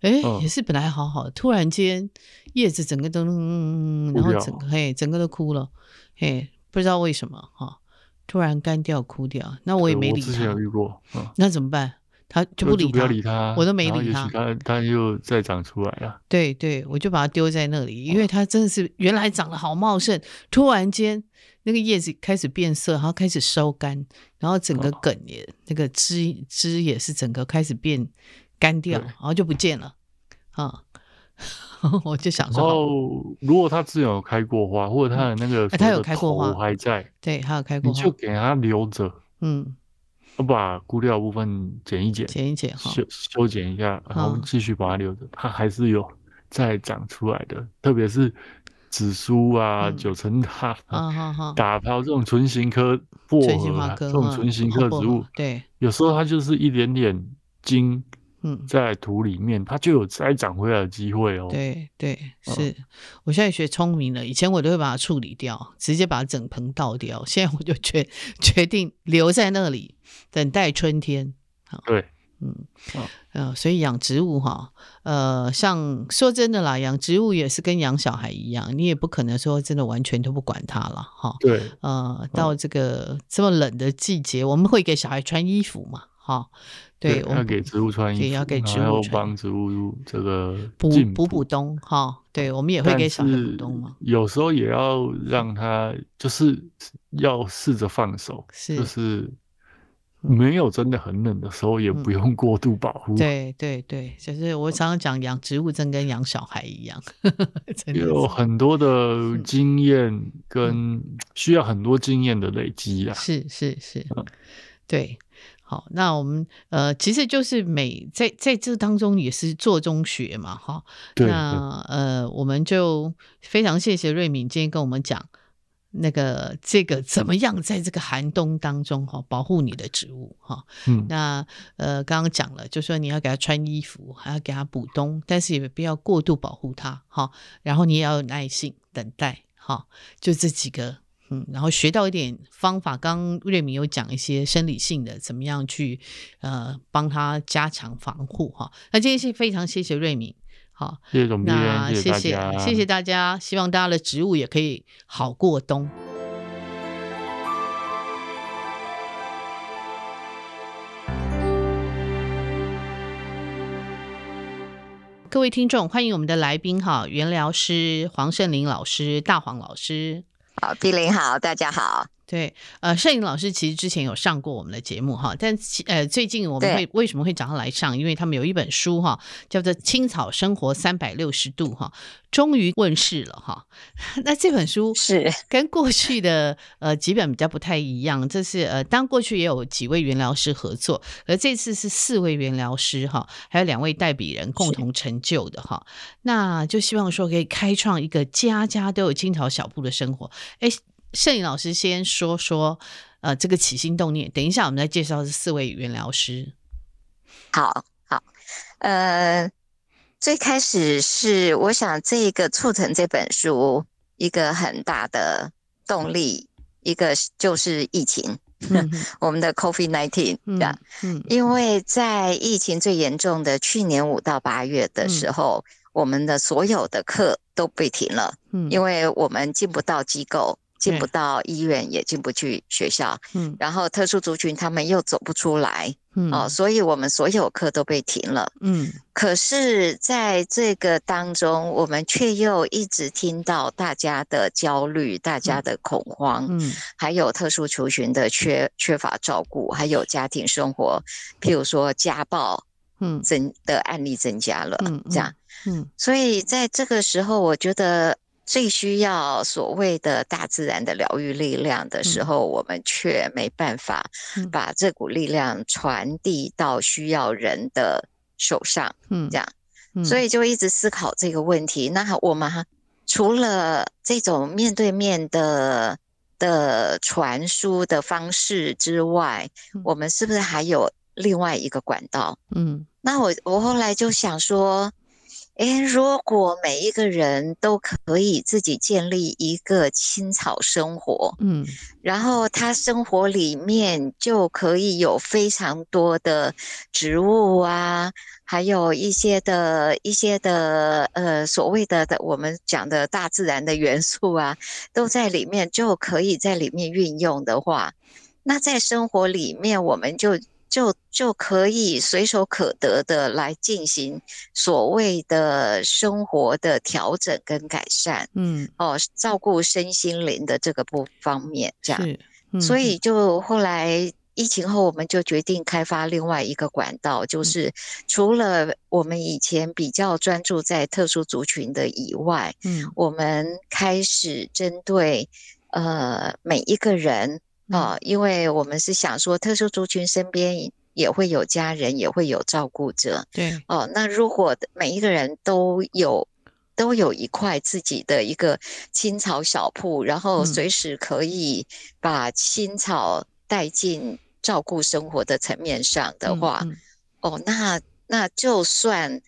哎、
嗯
也是本来好好的，突然间叶子整个都，嗯
枯
然后
掉
整个嘿整个都枯了，嘿，不知道为什么哈、突然干掉枯掉，那我也
对
没理
之前
它
有，遇过，嗯，
那怎么办？它就不理
不要
它，
理它，
我都没
然后
理
也
它
许它它又再长出来了。
对对，我就把它丢在那
哦
里，因为它真的是原来长得好茂盛，突然间那个叶子开始变色，然后开始收干，然后整个
哦
梗也、那个枝枝也是整个开始变干掉，
对
然后就不见了啊！ 我就想
然
说，好
后如果它之前有开过花，或者它的那个
哎它有
所谓的
开过花
头还在，
对，还有开过
你就
花，
给它留着，
嗯，
我把枯掉的部分剪一剪，
剪一剪哈，
修修剪一下，然后
嗯
继续把它留着，它还是有再长出来的，特别是紫苏啊、
嗯
九层塔、
啊哈哈，
打抛这种唇形科薄
唇
荷
形花
啊、
科
这种
嗯
唇形
好
科
薄
植
荷
物，
对，
有时候它就是一点点茎
嗯。
在土里面，它就有再长回来的机会哦。
对对，
嗯
是、我现在学聪明了，以前我都会把它处理掉，直接把整盆倒掉。现在我就决决定留在那里，等待春天。好，
对，
嗯
嗯，
呃，所以养植物哈，呃，像说真的啦，养植物也是跟养小孩一样，你也不可能说真的完全都不管它了哈。
对，嗯
呃，到这个这么冷的季节，我们会给小孩穿衣服嘛？哈，对，我
要
们
给植物穿
对
衣服，
要给
然
植
后
物
要
穿
帮植物这个
补
进
补补冬哈，对，我们也会
但
给小孩补
是
冬嘛。
有时候也要让他，就是要试着放手，
是
就是没有真的很冷的时候，也不用过度保护。，
嗯 对对对，就是我常常讲养植物真跟养小孩一样， 真的
有很多的经验跟需要很多经验的累积啊。
嗯是是是是
嗯，
对。好，那我们呃，其实就是每在在这当中也是做中学嘛，哈。
对，嗯对
那呃，我们就非常谢谢瑞敏今天跟我们讲那个这个怎么样在这个寒冬当中哈、保护你的植物哈、
嗯，
那呃，刚刚讲了，就说你要给它穿衣服，还要给它补冬，但是也不要过度保护它哈。然后你也要有耐性等待哈，就这几个。嗯，然后学到一点方法，刚刚瑞敏有讲一些生理性的，怎么样去呃帮它加强防护哈。那今天是非常谢谢瑞敏，好，
谢谢总
那
编，
谢
大家，
谢谢大家，希望大家的植物也可以好过冬。各位听众，欢迎我们的来宾哈，原疗师黄胜林老师、大黄老师。
好，碧玲好，大家好。
对，呃，摄影老师其实之前有上过我们的节目哈，但其呃，最近我们
对
会为什么会找他来上？因为他们有一本书哈，叫做《青草生活三百六十度》哈，终于问世了哈。 那这本书
是
跟过去的呃几本比较不太一样，这是呃，当过去也有几位原疗师合作，而这次是四位原疗师哈，还有两位代笔人共
是
同成就的哈。那就希望说可以开创一个家家都有青草小铺的生活。哎，摄影老师先说说呃这个起心动念，等一下我们再介绍这四位原疗师。
好好，呃，最开始是我想这个促成这本书一个很大的动力，一个是就是疫情，
嗯
我们的 COVID nineteen
嗯
的，
嗯
因为在疫情最严重的去年五到八月的时候，我们的所有的课都被停了，
嗯，
因
为
为我们进不到机构，进不
对
到医院，也进不去学校，
嗯
然后特殊族群他们又走不出来。
嗯
哦，所以我们所有课都被停了。
嗯
可是，在这个当中，我们却又一直听到大家的焦虑、大家的恐慌，
嗯
还有特殊族群的缺缺乏照顾，还有家庭生活，譬如说家暴
嗯
增的案例增加了，
嗯
这样。
嗯
所以在这个时候，我觉得最需要所谓的大自然的疗愈力量的时候，我们却没办法
嗯
把这股力量传递到需要人的手上，
嗯
这样，
嗯
所以就一直思考这个问题。那我们哈除了这种面对面的的传输的方式之外
嗯，
我们是不是还有另外一个管道？
嗯
那我我后来就想说，诶，如果每一个人都可以自己建立一个青草生活，
嗯
然后他生活里面就可以有非常多的植物啊，还有一些的一些的呃所谓的的我们讲的大自然的元素啊，都在里面，就可以在里面运用的话，那在生活里面我们就。就就可以随手可得的来进行所谓的生活的调整跟改善
嗯，
哦，照顾身心灵的这个部方面，这样。
是，嗯
所以就后来疫情后，我们就决定开发另外一个管道，
嗯
就是除了我们以前比较专注在特殊族群的以外，
嗯
我们开始针对呃每一个人
嗯
啊、因为我们是想说特殊族群身边也会有家人，也会有照顾者，
对，
哦，那如果每一个人都有都有一块自己的一个青草小铺，然后
嗯
随时可以把青草带进照顾生活的层面上的
嗯
话，
嗯
哦，那那就算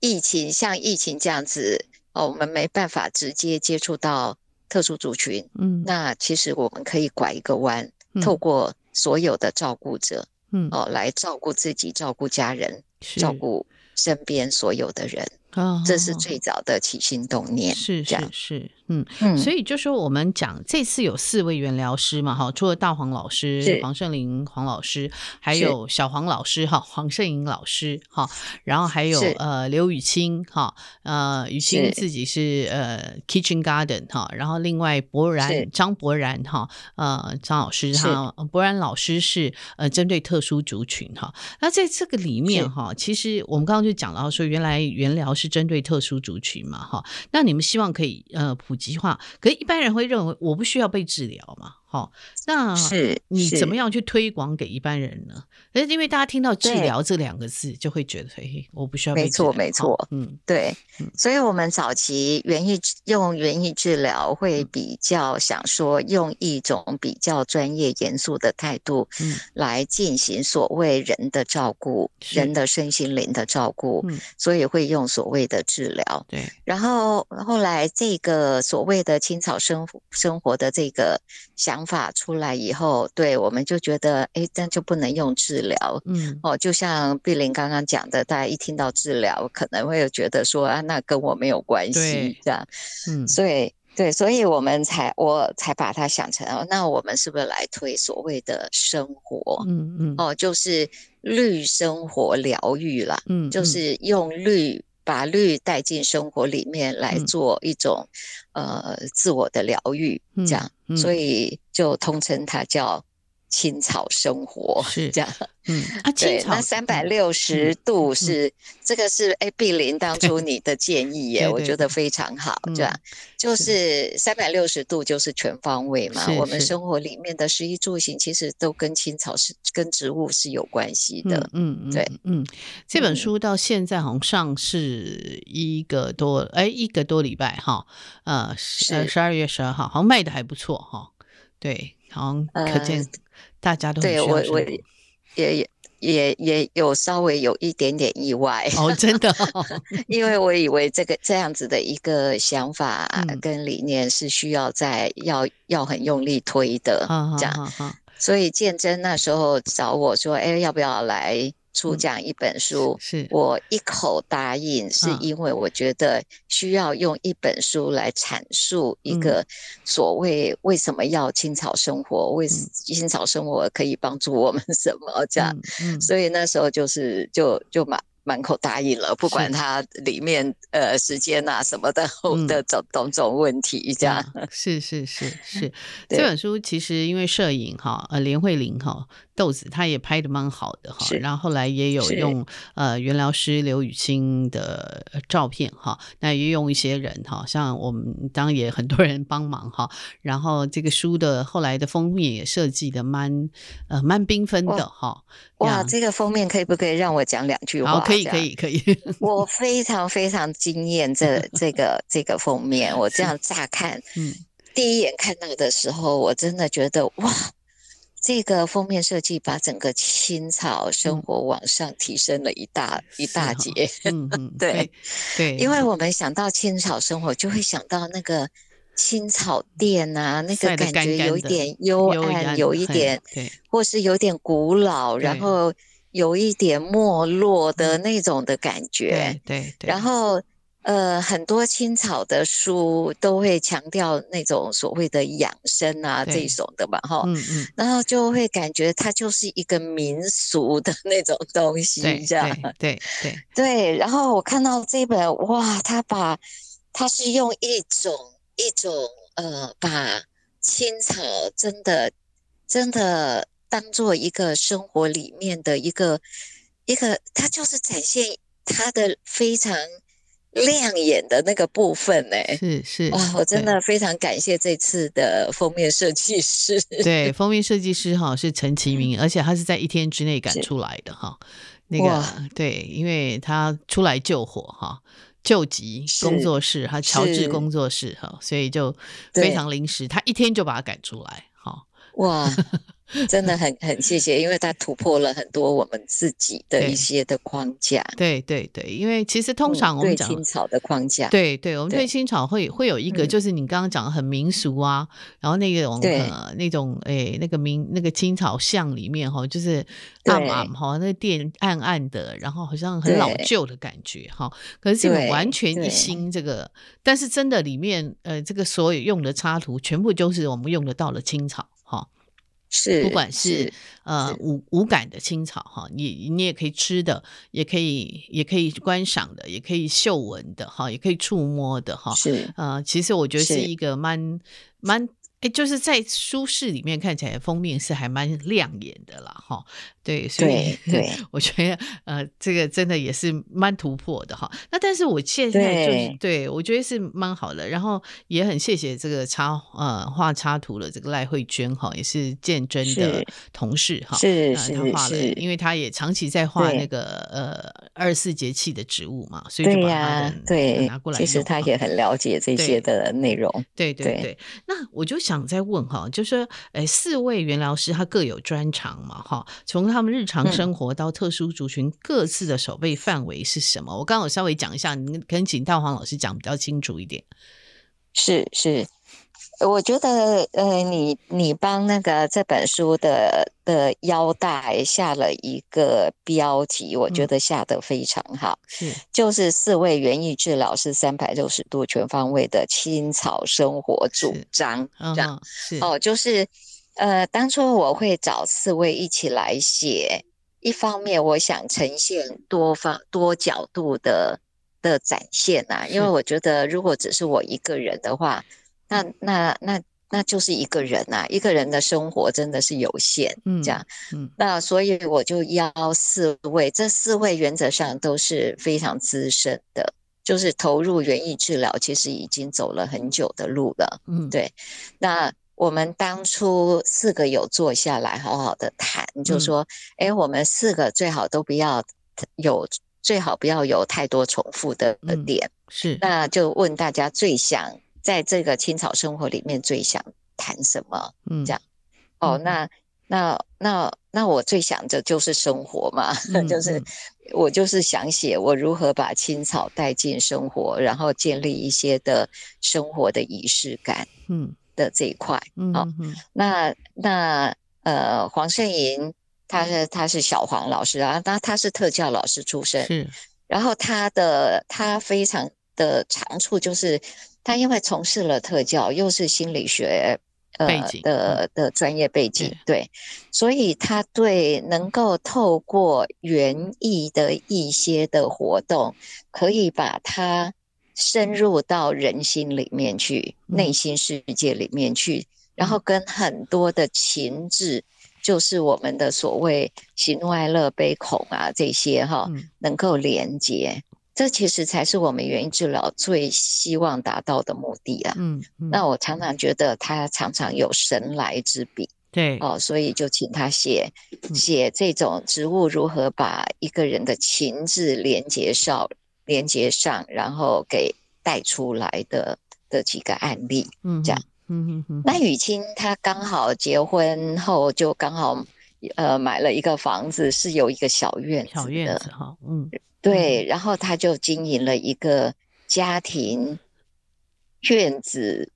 疫情像疫情这样子，哦，我们没办法直接接触到特殊族群，
嗯，
那其实我们可以拐一个弯，
嗯
透过所有的照顾者
嗯
哦来照顾自己、照顾家人。照
是
顾身边所有的人，
啊，
这是
哦
最早的起心动念。
是
这
是
样
是，嗯，
嗯，
所以就说我们讲这次有四位原疗师嘛，哈，除了大黄老师
是、
黄圣林黄老师，还
是
有小黄老师哈，黄圣颖老师哈，然后还有
是
呃刘雨清哈，呃雨清
是
自己是呃 Kitchen Garden 哈，然后另外博
是
然张博然哈，呃张老师
是
他呃博然老师是呃针对特殊族群哈，那在这个里面
是
哈，其实我们刚刚就讲到说，原来原疗是针对特殊族群嘛哈，那你们希望可以呃普及化，可是一般人会认为我不需要被治疗嘛，哈，那
是
你怎么
样？
样去推广给一般人呢？呃，因为大家听到治
对
疗这两个字，就会觉得嘿，我不需要被
没
治
错
疗
没
哈
错
嗯
对
嗯，
所以我们早期园艺用园艺治疗会
嗯
比较想说，用一种比较专业严肃的态度
嗯
来进行所谓人的照顾，
是
人的身心灵的照顾，
嗯，
所以会用所谓的治疗。
对，
然后后来这个所谓的青草生活生活的这个想法出来以后，对我们就觉得，哎，那就不能用治疗
嗯
哦。就像碧玲刚刚讲的，大家一听到治疗，可能会觉得说啊，那跟我没有关
对
系，这样。
嗯
所以对，所以我们才我才把它想成，哦那我们是不是来推所谓的生活？
嗯嗯
哦，就是绿生活疗愈啦。
嗯，
就
嗯
是用绿把绿带进生活里面来
嗯
做一种、呃自我的疗愈，
嗯
这样，
嗯
所以就通称它叫青草生活，
是
这样。
嗯啊，青
对，
草嗯
那三百六十度是、这个是哎，碧玲当初你的建议耶，
对
我
对
觉得
对
非常好，
嗯
这样。就是是三百六十度，就是全方位嘛
是。
我们
是
生活里面的食衣住行，其实都跟青草是跟植物是有关系的。
嗯嗯嗯
对
嗯，这本
嗯
书到现在好像上市一个多哎一个多礼拜哈，呃十
是
十二月十二号，好像卖的还不错哈，对，好像可
呃
见大家都很需
对
要
我
这
我
种
也也也有稍微有一点点意外，
哦，真的哦、
因为我以为这个这样子的一个想法
嗯
跟理念是需要在要要很用力推的
好，
这样。
好好好
所以鉴真那时候找我说，哎，要不要来出
嗯
讲一本书？
是
我一口答应，是
嗯
因为我觉得需要用一本书来阐述一
嗯
个所谓为什么要青草生活，为
嗯
青草生活可以帮助我们什么这样。
嗯嗯
所以那时候就是就就马满口答应了，不管它里面呃时间啊什么的
嗯
的种种种问题，这样、
嗯 是是是 是，这
对
本书其实因为摄影哈，呃，连慧玲哈，豆子她也拍的蛮好的哈
是，
然后后来也有
是
用呃原疗师刘雨欣的呃照片哈，那也用一些人哈，像我们当然也很多人帮忙哈，然后这个书的后来的封面也设计的蛮呃蛮缤纷
哇
的哈，
哇，
呀
这个封面可以不可以让我讲两句话？
好，可以
这
可
样
以可以，
我非常非常惊 艳这这个这个封面，我
是
这样乍看，
嗯
第一眼看到的时候，我真的觉得哇，这个封面设计把整个清朝生
嗯
活往上提升了一大、一
是
大
哈
截。
嗯嗯，对
对
对，
因为我们想到青草生活，就会想到那个青草店啊，那
晒
个
得
感
干
觉
干
有一
的
点幽
幽
暗，
暗
有一
嘿
点，
对
或是有点古老，然
对
后有一点没落的那种的感觉
对。对对，
然后，呃，很多青草的书都会强调那种所谓的养生啊这
对
种的嘛，哈。
嗯嗯。
然后就会感觉它就是一个民俗的那种东西
对，
这样。
对对 对，
对，然后我看到这本，哇，他把他是用一种一种呃，把青草真的真的当做一个生活里面的一个一个，它就是展现它的非常亮眼的那个部分呢。
是是
哎哇，我真
对
的非常感谢这次的封面设计师。
对，封面设计师哈是陈其明，而且他是在一天之内赶
是
出来的哈。那个
哇
对，因为他出来救火哈，救急
是
工作室，他乔治
是
工作室哈，所以就非
对
常临时，他一天就把他赶出来哈。
哇，真的很很谢谢，因为它突破了很多我们自己的
对
一些的框架，
对对对，因为其实通
嗯
常我们
对
讲
青草的框架，
对对，我们对
对
青草会会有一个，
嗯
就是你刚刚讲的很民俗啊，然后那种
对
呃那种诶、那个民那个青草巷里面哈，就是暗
对
暗哈，那个店暗暗的，然后好像很老
对
旧的感觉哈。可是这本
对
完全一
对
新这个，但是真的里面呃这个所有用的插图全部都是我们用得到的青草哈。
是
不管是呃
是
无无感的青草哈，你你也可以吃的，也可以也可以观赏的，也可以嗅闻的哈，也可以触摸的哈。
是
呃，其实我觉得是
是
一个蛮蛮哎，就是在舒适里面看起来封面是还蛮亮眼的啦哈。对，所以
对对
我觉得呃这个真的也是蛮突破的哈。那但是我现在就是对
对
我觉得是蛮好的，然后也很谢谢这个插呃画插图的这个赖慧娟哈，也是见真的
是
同事哈。
是
呃，他
是
画了，因
是，
为他也长期在画
对
那个呃二十四节气的植物嘛，所以就
对
把
呀
它的，呃
对
拿过，来
其实
弄
他
哈
也很了解这些
对
的内容，
对对
对
对，那我就想再问哈，就是说诶，四位原疗师他各有专长嘛哈，从他们日常
嗯
生活到特殊族群各自的守备范围是什么？我刚好稍微讲一下，你跟请大黄老师讲比较清楚一点。
是是。我觉得，呃，你你帮那个这本书的的腰带下了一个标题，我觉
嗯
得下得非常好。
是
就是四位园艺治老师三百六十度全方位的青草生活主
是
张。
嗯
这样
哼，是
哦，就是呃，当初我会找四位一起来写，一方面我想呈现多方多角度的的展现啊，因为
是
我觉得如果只是我一个人的话，那那那那就是一个人啊，一个人的生活真的是有限，
嗯
这样。
嗯
那所以我就邀四位，这四位原则上都是非常资深的，就是投入园艺治疗，其实已经走了很久的路了。
嗯
对那我们当初四个有坐下来好好的谈，就
嗯
说，哎，我们四个最好都不要有，最好不要有太多重复的
嗯
点。
是
那就问大家最想在这个青草生活里面最想谈什么？
嗯
这样哦，
嗯
那那那那我最想的就是生活嘛， 就是
嗯
我就是想写我如何把青草带进生活，然后建立一些的生活的仪式感
嗯
的这一块。
嗯
好
嗯嗯
那那呃，黄圣莹他是他是小黄老师啊，那他是特教老师出身，
是
然后他的他非常的长处就是，他因为从事了特教，又是心理学呃
背景嗯
的的专业背景，对，所以他对能够透过园艺的一些的活动，可以把它深入到人心里面去，
嗯
内心世界里面去，然后跟很多的情志，就是我们的所谓喜怒哀乐悲恐啊这些哈，
嗯
能够连接。这其实才是我们园艺治疗最希望达到的目的啊！
嗯，嗯
那我常常觉得他常常有神来之笔
对，
哦，所以就请他写
嗯
写这种植物如何把一个人的情志连接上，连接上，然后给带出来的的几个案例。
嗯，
这样
嗯，嗯嗯嗯，
那雨清她刚好结婚后就刚好呃买了一个房子，是有一个小院子
小院
的
子哈，嗯
对，然后他就经营了一个家庭院子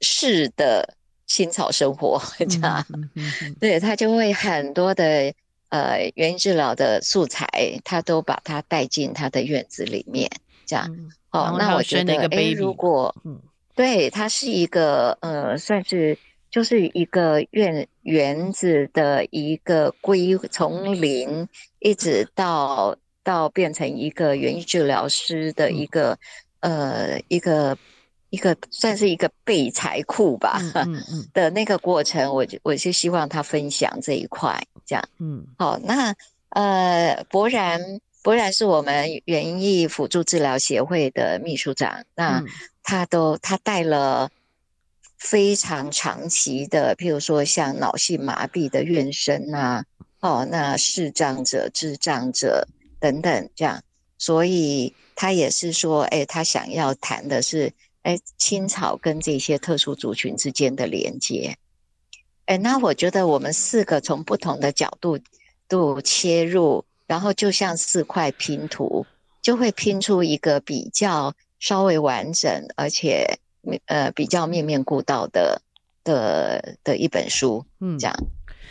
式的青草生活，这样。
嗯嗯嗯
对他就会很多的呃原治疗的素材，他都把它带进他的院子里面，这样。
嗯然
哦，
后他
那
又
我觉
生了
得
一个，
诶
baby
如果
嗯
对，它是一个呃，算是就是一个院园子的一个归，从零一直到到变成一个园艺治疗师的
嗯
一个、呃一个一个算是一个备材库吧、
嗯嗯嗯
的那个过程，我就我就希望他分享这一块，这样。
嗯
好，那呃，博然，博然是我们园艺辅助治疗协会的秘书长，那。
嗯
他都他带了非常长期的，譬如说像脑性麻痹的院生啊，哦，那视障者、智障者等等这样，所以他也是说，哎，他想要谈的是，哎，青草跟这些特殊族群之间的连接。哎，那我觉得我们四个从不同的角度度切入，然后就像四块拼图，就会拼出一个比较稍微完整，而且呃比较面面顾到的的的一本书，
嗯
这样。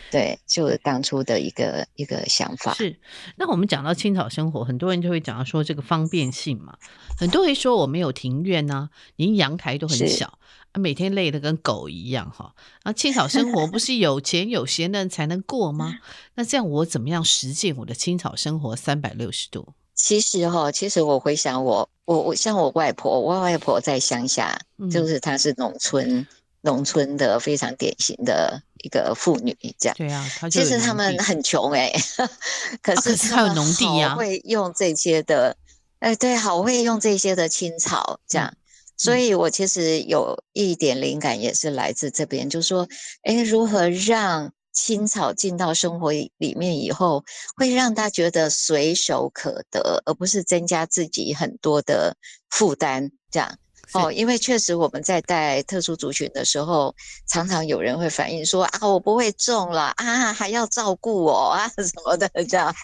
对，就是当初的一个一个想法。
是，那我们讲到青草生活，很多人就会讲到说这个方便性嘛，很多人说我没有庭院呐、连阳台都很
是
小，啊每天累得跟狗一样哈。啊，青草生活不是有钱有闲的人才能过吗？那这样我怎么样实践我的青草生活三百六十度？
其实哈、其实我回想我我我像我外婆，我外婆在乡下，
嗯
就是她是农村农村的非常典型的一个妇女这样。
对啊，他就
其
有
实
农
他们
地
很穷哎、可
啊可
是
是
他
他有
们
农地
好
呀
会用这些的，哎、对，好会用这些的青草
嗯
这样。所以我其实有一点灵感也是来自这边，就说，哎，如何让青草进到生活里面以后，会让他觉得随手可得，而不是增加自己很多的负担这样。哦，因为确实我们在带特殊族群的时候，常常有人会反映说啊，我不会种了啊，还要照顾我啊 什么的这样。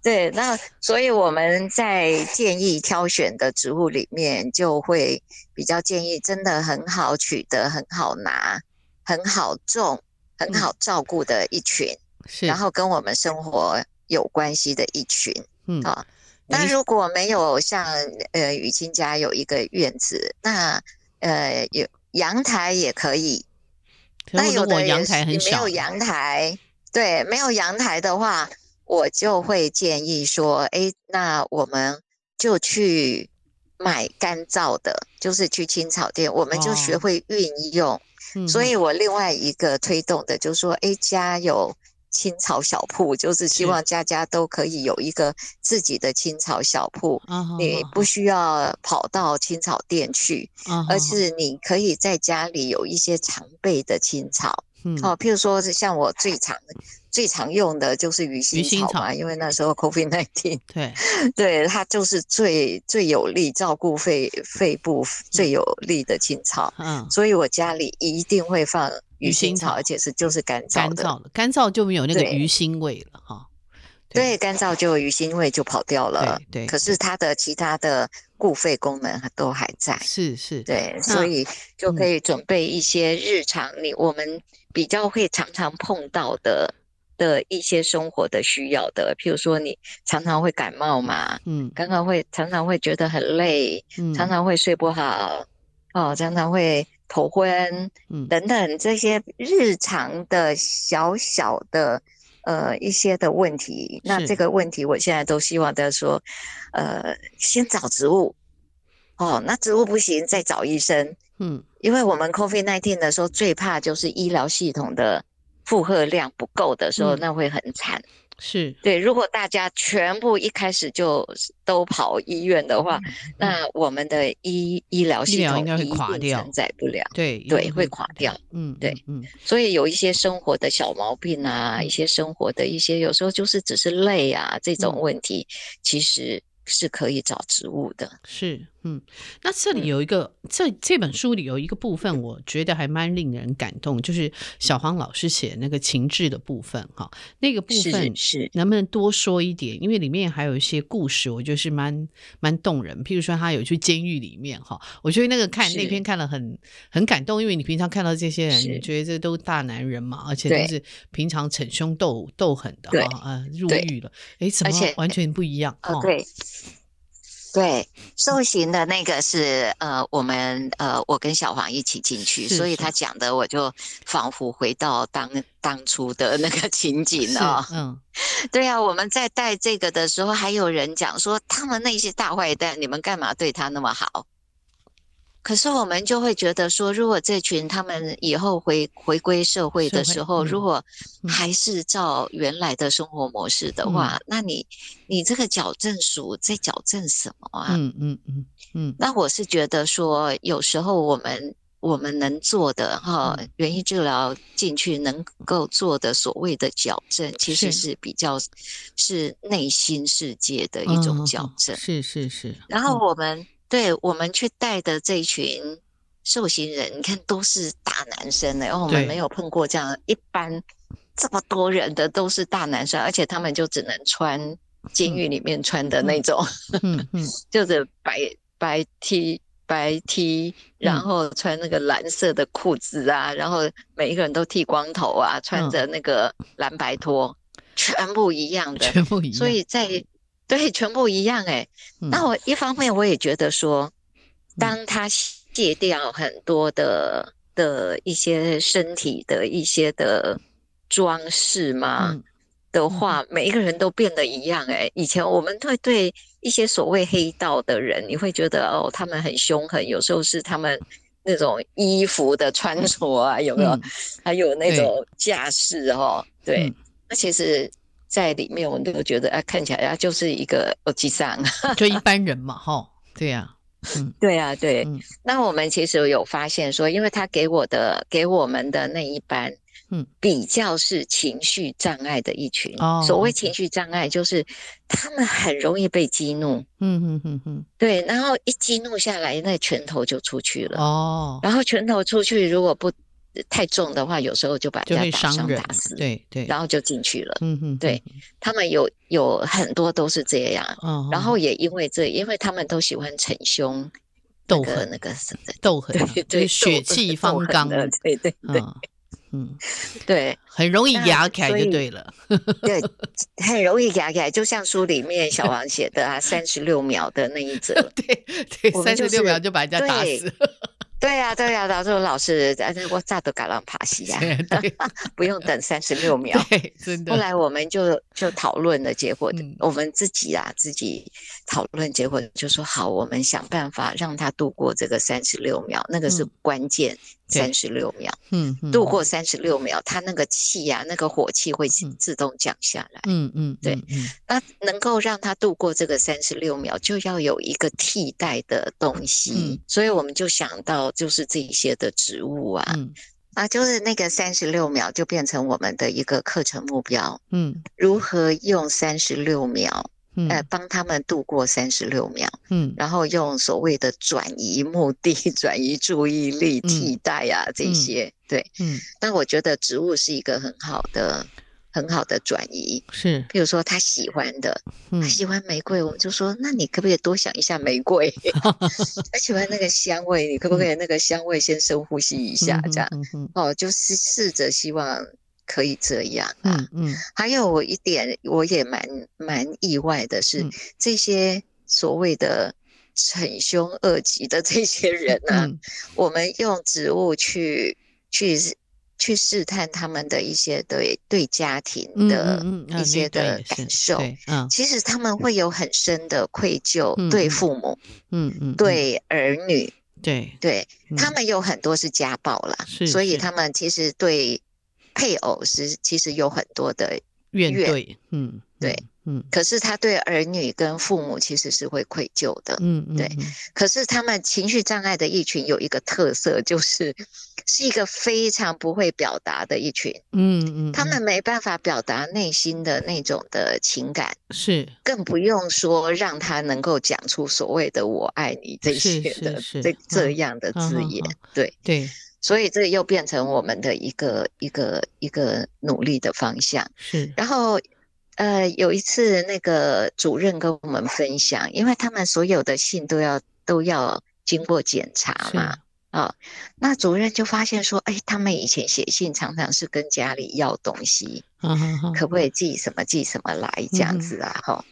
对，那所以我们在建议挑选的植物里面，就会比较建议真的很好取得、很好拿、很好种、很好照顾的一群，
是，
然后跟我们生活有关系的一群。
嗯
啊那
诶
如果没有像呃雨欣家有一个院子，那呃有阳台也可以。
可
那
是
有
如果
的
阳
也是
台很
没
小
有，阳台，对，没有阳台的话，我就会建议说，哎，那我们就去买干燥的，就是去青草店，我们就学
哦
会运用。
嗯
所以我另外一个推动的就是说，哎，家有青草小铺，就是希
是
望家家都可以有一个自己的青草小铺，
啊，好
你
好
不需要跑到青草店去，
好啊好好
而是你可以在家里有一些常备的青草。
嗯
哦，譬如说是像我最常最常用的就是鱼腥
腥
草
草
嘛，因为那时候 COVID 1 9
对
对它就是最最有力照顾肺肺部最有力的青草。
嗯。
所以我家里一定会放
鱼
鱼
腥
腥草，
草
而且是就是干燥
干
的。
燥的，干燥就没有那个
对
鱼腥味了哈。
对，干燥就鱼腥味就跑掉了。
对对
可是它的其他的固肺功能都还在。
是是，
对，
那嗯
所以就可以准备一些日常你、我们比较会常常碰到的的一些生活的需要的，譬如说你常常会感冒嘛，
嗯
刚刚会常常会觉得很累，
嗯，
常常会睡不好，哦，常常会头昏
嗯
等等这些日常的小小的呃一些的问题。那
是
这个问题，我现在都希望大家说，呃，先找植物。哦，那植物不行，再找医生。
嗯
因为我们 COVID 1 9的时候，最怕就是医疗系统的负荷量不够的时候，
嗯
那会很惨。
是
对，如果大家全部一开始就都跑医院的话，那我们的医医疗
嗯医
系
疗
统
应该会
一
垮
定
掉
承载不了，
对一
对，
定
会垮掉。
嗯
对
嗯
所以有一些生活的小毛病啊，一些生活的一些有时候就是只是累啊这种
嗯
问题，其实是可以找植物的。
是嗯，那这里
嗯
有一个这这本书里有一个部分，我觉得还蛮令人感动，就是小黄老师写那个情志的部分哈，那个部
是
分
是，
能不能多说一点？因为里面还有一些故事，我觉得是蛮蛮动人。譬如说，他有去监狱里面哈，我觉得那个看
是
那篇看了很很感动，因为你平常看到这些人，
是
你觉得这都大男人嘛，而且
对
都是平常逞凶斗斗狠的
对
哈，啊，入
对
狱了，诶，怎
而
么
且
完全不一样？
哦
哦，
对。对，受刑的那个是呃，我们呃，我跟小黄一起进去，
是
所以
是
他讲的我就仿佛回到当当初的那个情景
是
啊、
嗯，
对啊，我们在带这个的时候，还有人讲说他们那些大坏蛋，你们干嘛对他那么好？可是我们就会觉得说，如果这群他们以后回回归社会的
社会
时候，
嗯
如果
嗯
还是照原来的生活模式的话，那你你这个矫正署在矫正什么啊？
嗯嗯嗯嗯，
那我是觉得说，有时候我们我们能做的哈
嗯，
园艺治疗进去能够做的所谓的矫正，其实
是
是比较是内心世界的一
嗯
种矫正。
是是 是。
然后我们对我们去带的这一群受刑人，你看都是大男生呢、然后我们
对
没有碰过这样一般这么多人的都是大男生，而且他们就只能穿监狱里面穿的那种。
嗯嗯嗯
就是白白 T 白 T，然
嗯
后穿那个蓝色的裤子啊，然后每一个人都剃光头啊，穿
嗯
着那个蓝白拖，全部一样的。
全部一样。
所以在对全部一样哎、
嗯，
那我一方面我也觉得说，
嗯
当他卸掉很多的的一些身体的一些的装饰嘛，
嗯
的话，每一个人都变得一样、欸。以前我们会对一些所谓黑道的人，你会觉得哦，他们很凶狠，有时候是他们那种衣服的穿着啊， 有没有？
嗯
还有那
对
种架势哦，对
嗯。
那其实，在里面我们都觉得啊，看起来啊就是一个耳机上。
嗯就一般人嘛，哈，对呀，
对啊，对。
嗯
那我们其实有发现说，因为他给我的给我们的那一班，
嗯，
比较是情绪障碍的一群。
哦
所谓
OK
情绪障碍，就是他们很容易被激怒，
嗯嗯嗯 嗯，
对，然后一激怒下来，那拳头就出去了。
哦，
然后拳头出去，如果不太重的话，有时候就把
就
人
会
家打伤、
伤人啊
打，死，
对对，
然后就进去了。
嗯嗯，
对他们有有很多都是这样，
嗯，嗯，
然后也因为这，因为他们都喜欢逞凶，
斗
那个
狠
那个什么。
斗狠啊，
对
就是
对，
血
斗
气
斗
方
狠
刚，
的 对对对
嗯嗯，
对
很容易
那
牙开
所
就
以
对了，，
对，很容易牙改，就像书里面小王写的啊，三十六秒的那一则
对对，
我
三
们
十
就
六秒
是
就把人家打
对
死，
对呀、对呀、老师老师，啊那我咋都敢让爬西呀，
对对
啊不用等三十六秒。
啊对，真的
后，来我们就就讨论的结果，
嗯
我们自己啊自己讨论结果就说好，我们想办法让他度过这个三十六秒，那个是
嗯
关键，
对
三十六秒
嗯，嗯
度过，三十六秒，他那个气呀、那个火气会
嗯
自动降下来。
嗯嗯，
对
嗯，嗯
那能够让他度过这个三十六秒，就要有一个替代的东西，
嗯
所以我们就想到就是这一些的植物啊，
嗯
啊，就是那个三十六秒就变成我们的一个课程目标，
嗯
如何用三十六秒，
嗯，
呃，帮他们度过三十六秒，
嗯
然后用所谓的转移目的、 转移注意力、
嗯
替代啊、这
嗯
些，对，
嗯
但我觉得植物是一个很好的、很好的转移，
是，
譬如说他喜欢的。
嗯
他喜欢玫瑰，我们就说，那你可不可以多想一下玫 瑰？他喜欢那个香味，你可不可以那个香味先深呼吸一下？这样、
嗯嗯
哦，就是试着希望可以这样啊。
嗯嗯
还有我一点，我也蛮蛮意外的是，
嗯
这些所谓的逞凶恶极的这些人呢、
嗯
我们用植物去去去试探他们的一些对对家庭
嗯
的
嗯嗯啊
一些
那对
的
也
感
是
受，
对嗯
其实他们会有很深的愧疚，
嗯
对
嗯
父母、
嗯嗯，嗯
对儿女，
对，
对他
嗯
们有很多是家暴啦，
是
所以
是
他们其实对配偶是其实有很多的，
怨
怨
对，嗯
对，
嗯
可是他对儿女跟父母其实是会愧疚的。
嗯嗯，
对
嗯
可是他们情绪障碍的一群有一个特色，就是 是一个非常不会表达的一群，
嗯嗯，
他
嗯
们没办法表达内心的那种的情感，
是
更不用说让他能够讲出所谓的“我爱你”这
是
些
是
的
是
这这
嗯
样的
嗯
字
嗯
眼
嗯。
对，
对
所以这又变成我们的一个一个一个努力的方向。
是，
然后，呃，有一次那个主任跟我们分享，因为他们所有的信都要都要经过检查
是
嘛，啊，那主任就发现说，哎，他们以前写信常常是跟家里要东西，
啊哈哈，
可不可以寄什么寄什么来
嗯
这样子啊？哈、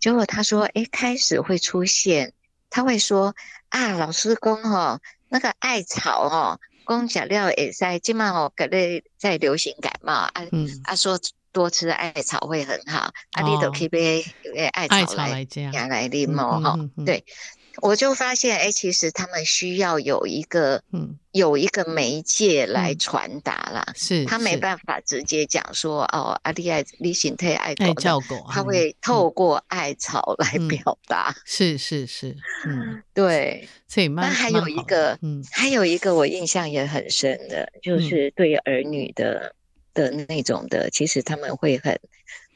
结果他说，哎，开始会出现，他会说啊，老师公哦，那个艾草哦，公假料也在，今晚哦，可能在流行感冒啊，
嗯，
啊说多吃艾草会很好，啊，你
哦
都可以买买艾
艾
草
草
来
来这样，
拿来啉
嗯
哦，哈、，对我就发现，哎，其实他们需要有一个
嗯，
有一个媒介来
嗯
传达啦。
是
他没
是
办法直接讲说哦，阿丽爱李醒泰爱狗
爱
呢，
叫狗啊，
他
嗯
会透过艾草来
嗯
表达。
是是是， 嗯，
对，
所以慢，
还
蛮
有一
好的
个
嗯
还有一个我印象也很深的，就
嗯
是对儿女的、的那种的，其实他们会很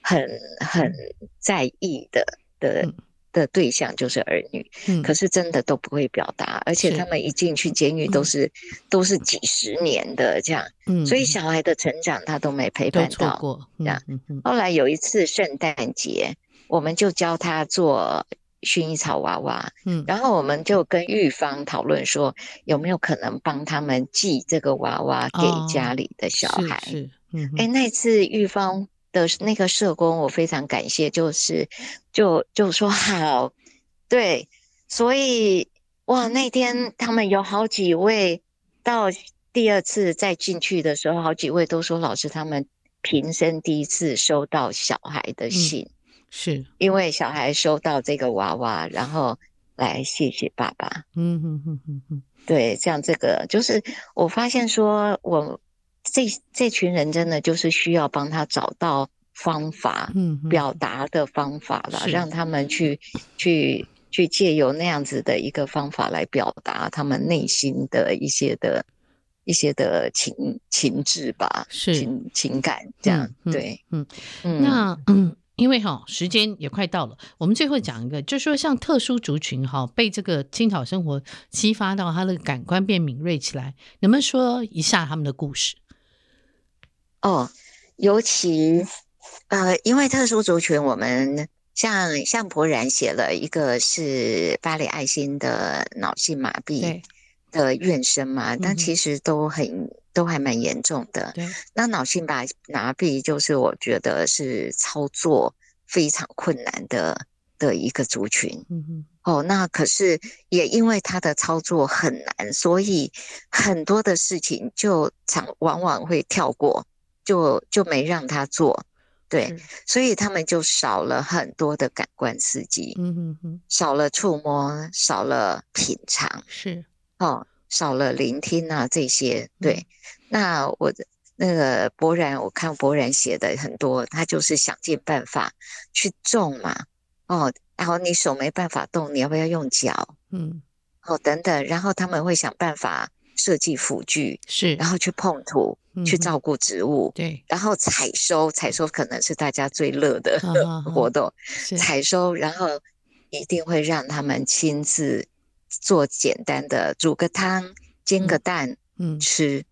很很在意的的。
嗯
的对象就是儿女，
嗯，
可是真的都不会表达，而且
是
他们一进去监狱都
嗯
是、都是几十年的这样，
嗯
所以
嗯
小孩的成长他都没陪
都
伴
错
到。
过，嗯
样
嗯嗯
后来有一次圣诞节，我们就教他做薰衣草娃娃，
嗯，
然后我们就跟玉芳讨论说，有没有可能帮他们寄这个娃娃
哦
给家里的小孩。
是是，嗯
哎，
哼
那次玉芳的那个社工，我非常感谢，就是就就说好，对，所以哇，那天他们有好几位到第二次再进去的时候，好几位都说老师他们平生第一次收到小孩的信，
是，
因为小孩收到这个娃娃，然后来谢谢爸爸。
嗯哼哼哼哼，
对，这样这个就是我发现说，我这这群人真的就是需要帮他找到方法，
嗯哼
表达的方法啦，
是
让他们去去去借由那样子的一个方法来表达他们内心的一些的一些的情情志吧，
是
情情感这样，
嗯
对，
嗯
嗯，
那嗯。因为哈、时间也快到了，我们最后讲一个，就是说像特殊族群哈、被这个青草生活激发到他的感官变敏锐起来，能不能说一下他们的故事？
哦，尤其呃，因为特殊族群，我们像向柏然写了一个是巴黎爱心的脑性麻痹
对
的院生嘛，
嗯
但
哼
其实都很都还蛮严重的。
对，
那脑性麻麻痹就是我觉得是操作非常困难的的一个族群。
嗯哼，
哦，那可是也因为他的操作很难，所以很多的事情就常往往会跳过，就就没让他做。对，
是，
所以他们就少了很多的感官刺激，
嗯哼哼，
少了触摸，少了品尝，
是，
哦，少了聆听啊这些。
嗯
对，那我的那个博然，我看博然写的很多，他就是想尽办法去种嘛，哦，然后你手没办法动，你要不要用脚？
嗯，
哦，等等，然后他们会想办法设计辅具，
是，
然后去碰土，去
嗯哼
照顾植物，
对，
然后采收，采收可能是大家最乐的
啊哈哈
活动，
是，
采收，然后一定会让他们亲自做简单的煮个汤、煎个蛋
嗯，
吃，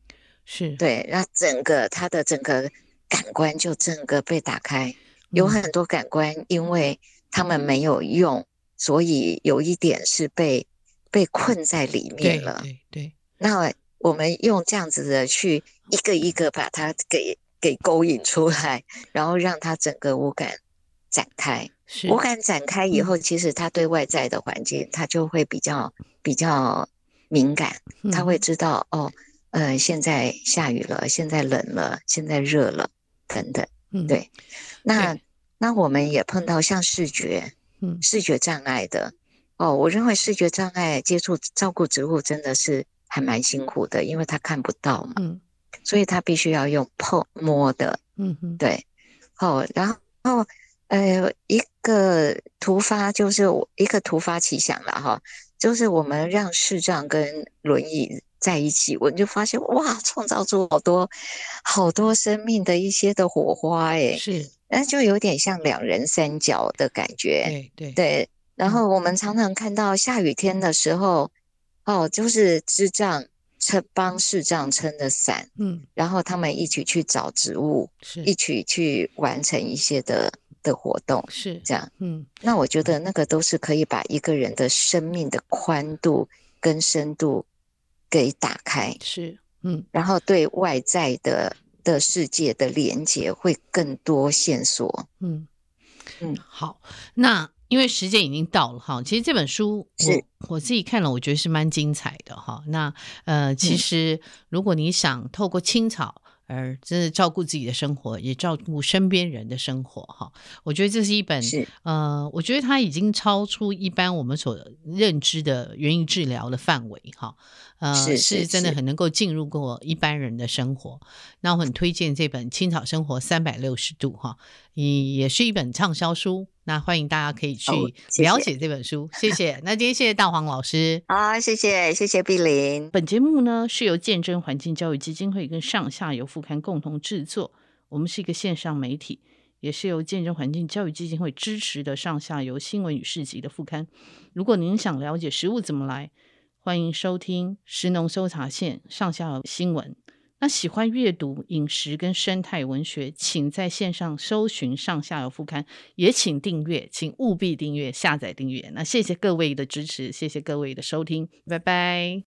是，
对，那整个他的整个感官就整个被打开，有
嗯
很多感官，因为他们没有用，所以有一点是被被困在里面
对
了。
对对，
那我们用这样子的去一个一个把它给给勾引出来，然后让它整个五感展开。
是
五感展开以后，其实他对外在的环境，他就会比较比较敏感，
嗯
他会知道哦，呃，现在下雨了，现在冷了，现在热了，等等。
嗯
对那那我们也碰到像视觉
嗯
视觉障碍的哦，我认为视觉障碍接触照顾植物真的是还蛮辛苦的，因为他看不到嘛，
嗯
所以他必须要用碰摸的，
嗯嗯
对，哦，然后呃，一个突发就是我一个突发奇想了哈，就是我们让视障跟轮椅在一起，我就发现哇，创造出好多好多生命的一些的火花诶，
是
那就有点像两人三角的感觉，
对对
对。然后我们常常看到下雨天的时候，哦，就是智障撑帮视障撑着伞，
嗯
然后他们一起去找植物，
是
一起去完成一些的的活动，
是
这样。
嗯
那我觉得那个都是可以把一个人的生命的宽度跟深度给打开，
是嗯
然后对外在的的世界的连接会更多线索。
嗯
嗯
好，那因为时间已经到了哈，其实这本书
是
我我自己看了，我觉得是蛮精彩的哈。那呃，其
嗯
实如果你想透过青草。而真的照顾自己的生活，也照顾身边人的生活，哈，我觉得这是一本
是
呃，我觉得它已经超出一般我们所认知的园艺治疗的范围哈，呃，
是是
真的
是
很能够进入过一般人的生活。那我很推荐这本《青草生活三百六十度》哈，也也是一本畅销书。那欢迎大家可以去
哦谢谢
了解这本书，谢谢。那今天谢谢大黄老师。
好，谢谢谢谢碧玲。
本节目呢是由见证环境教育基金会跟上下游副刊共同制作，我们是一个线上媒体，也是由见证环境教育基金会支持的上下游新闻与市集的副刊。如果您想了解食物怎么来，欢迎收听《食农搜查线》上下游新闻。那喜欢阅读饮食跟生态文学，请在线上搜寻上下游副刊，也请订阅，请务必订阅、下载订阅。那谢谢各位的支持，谢谢各位的收听，拜拜。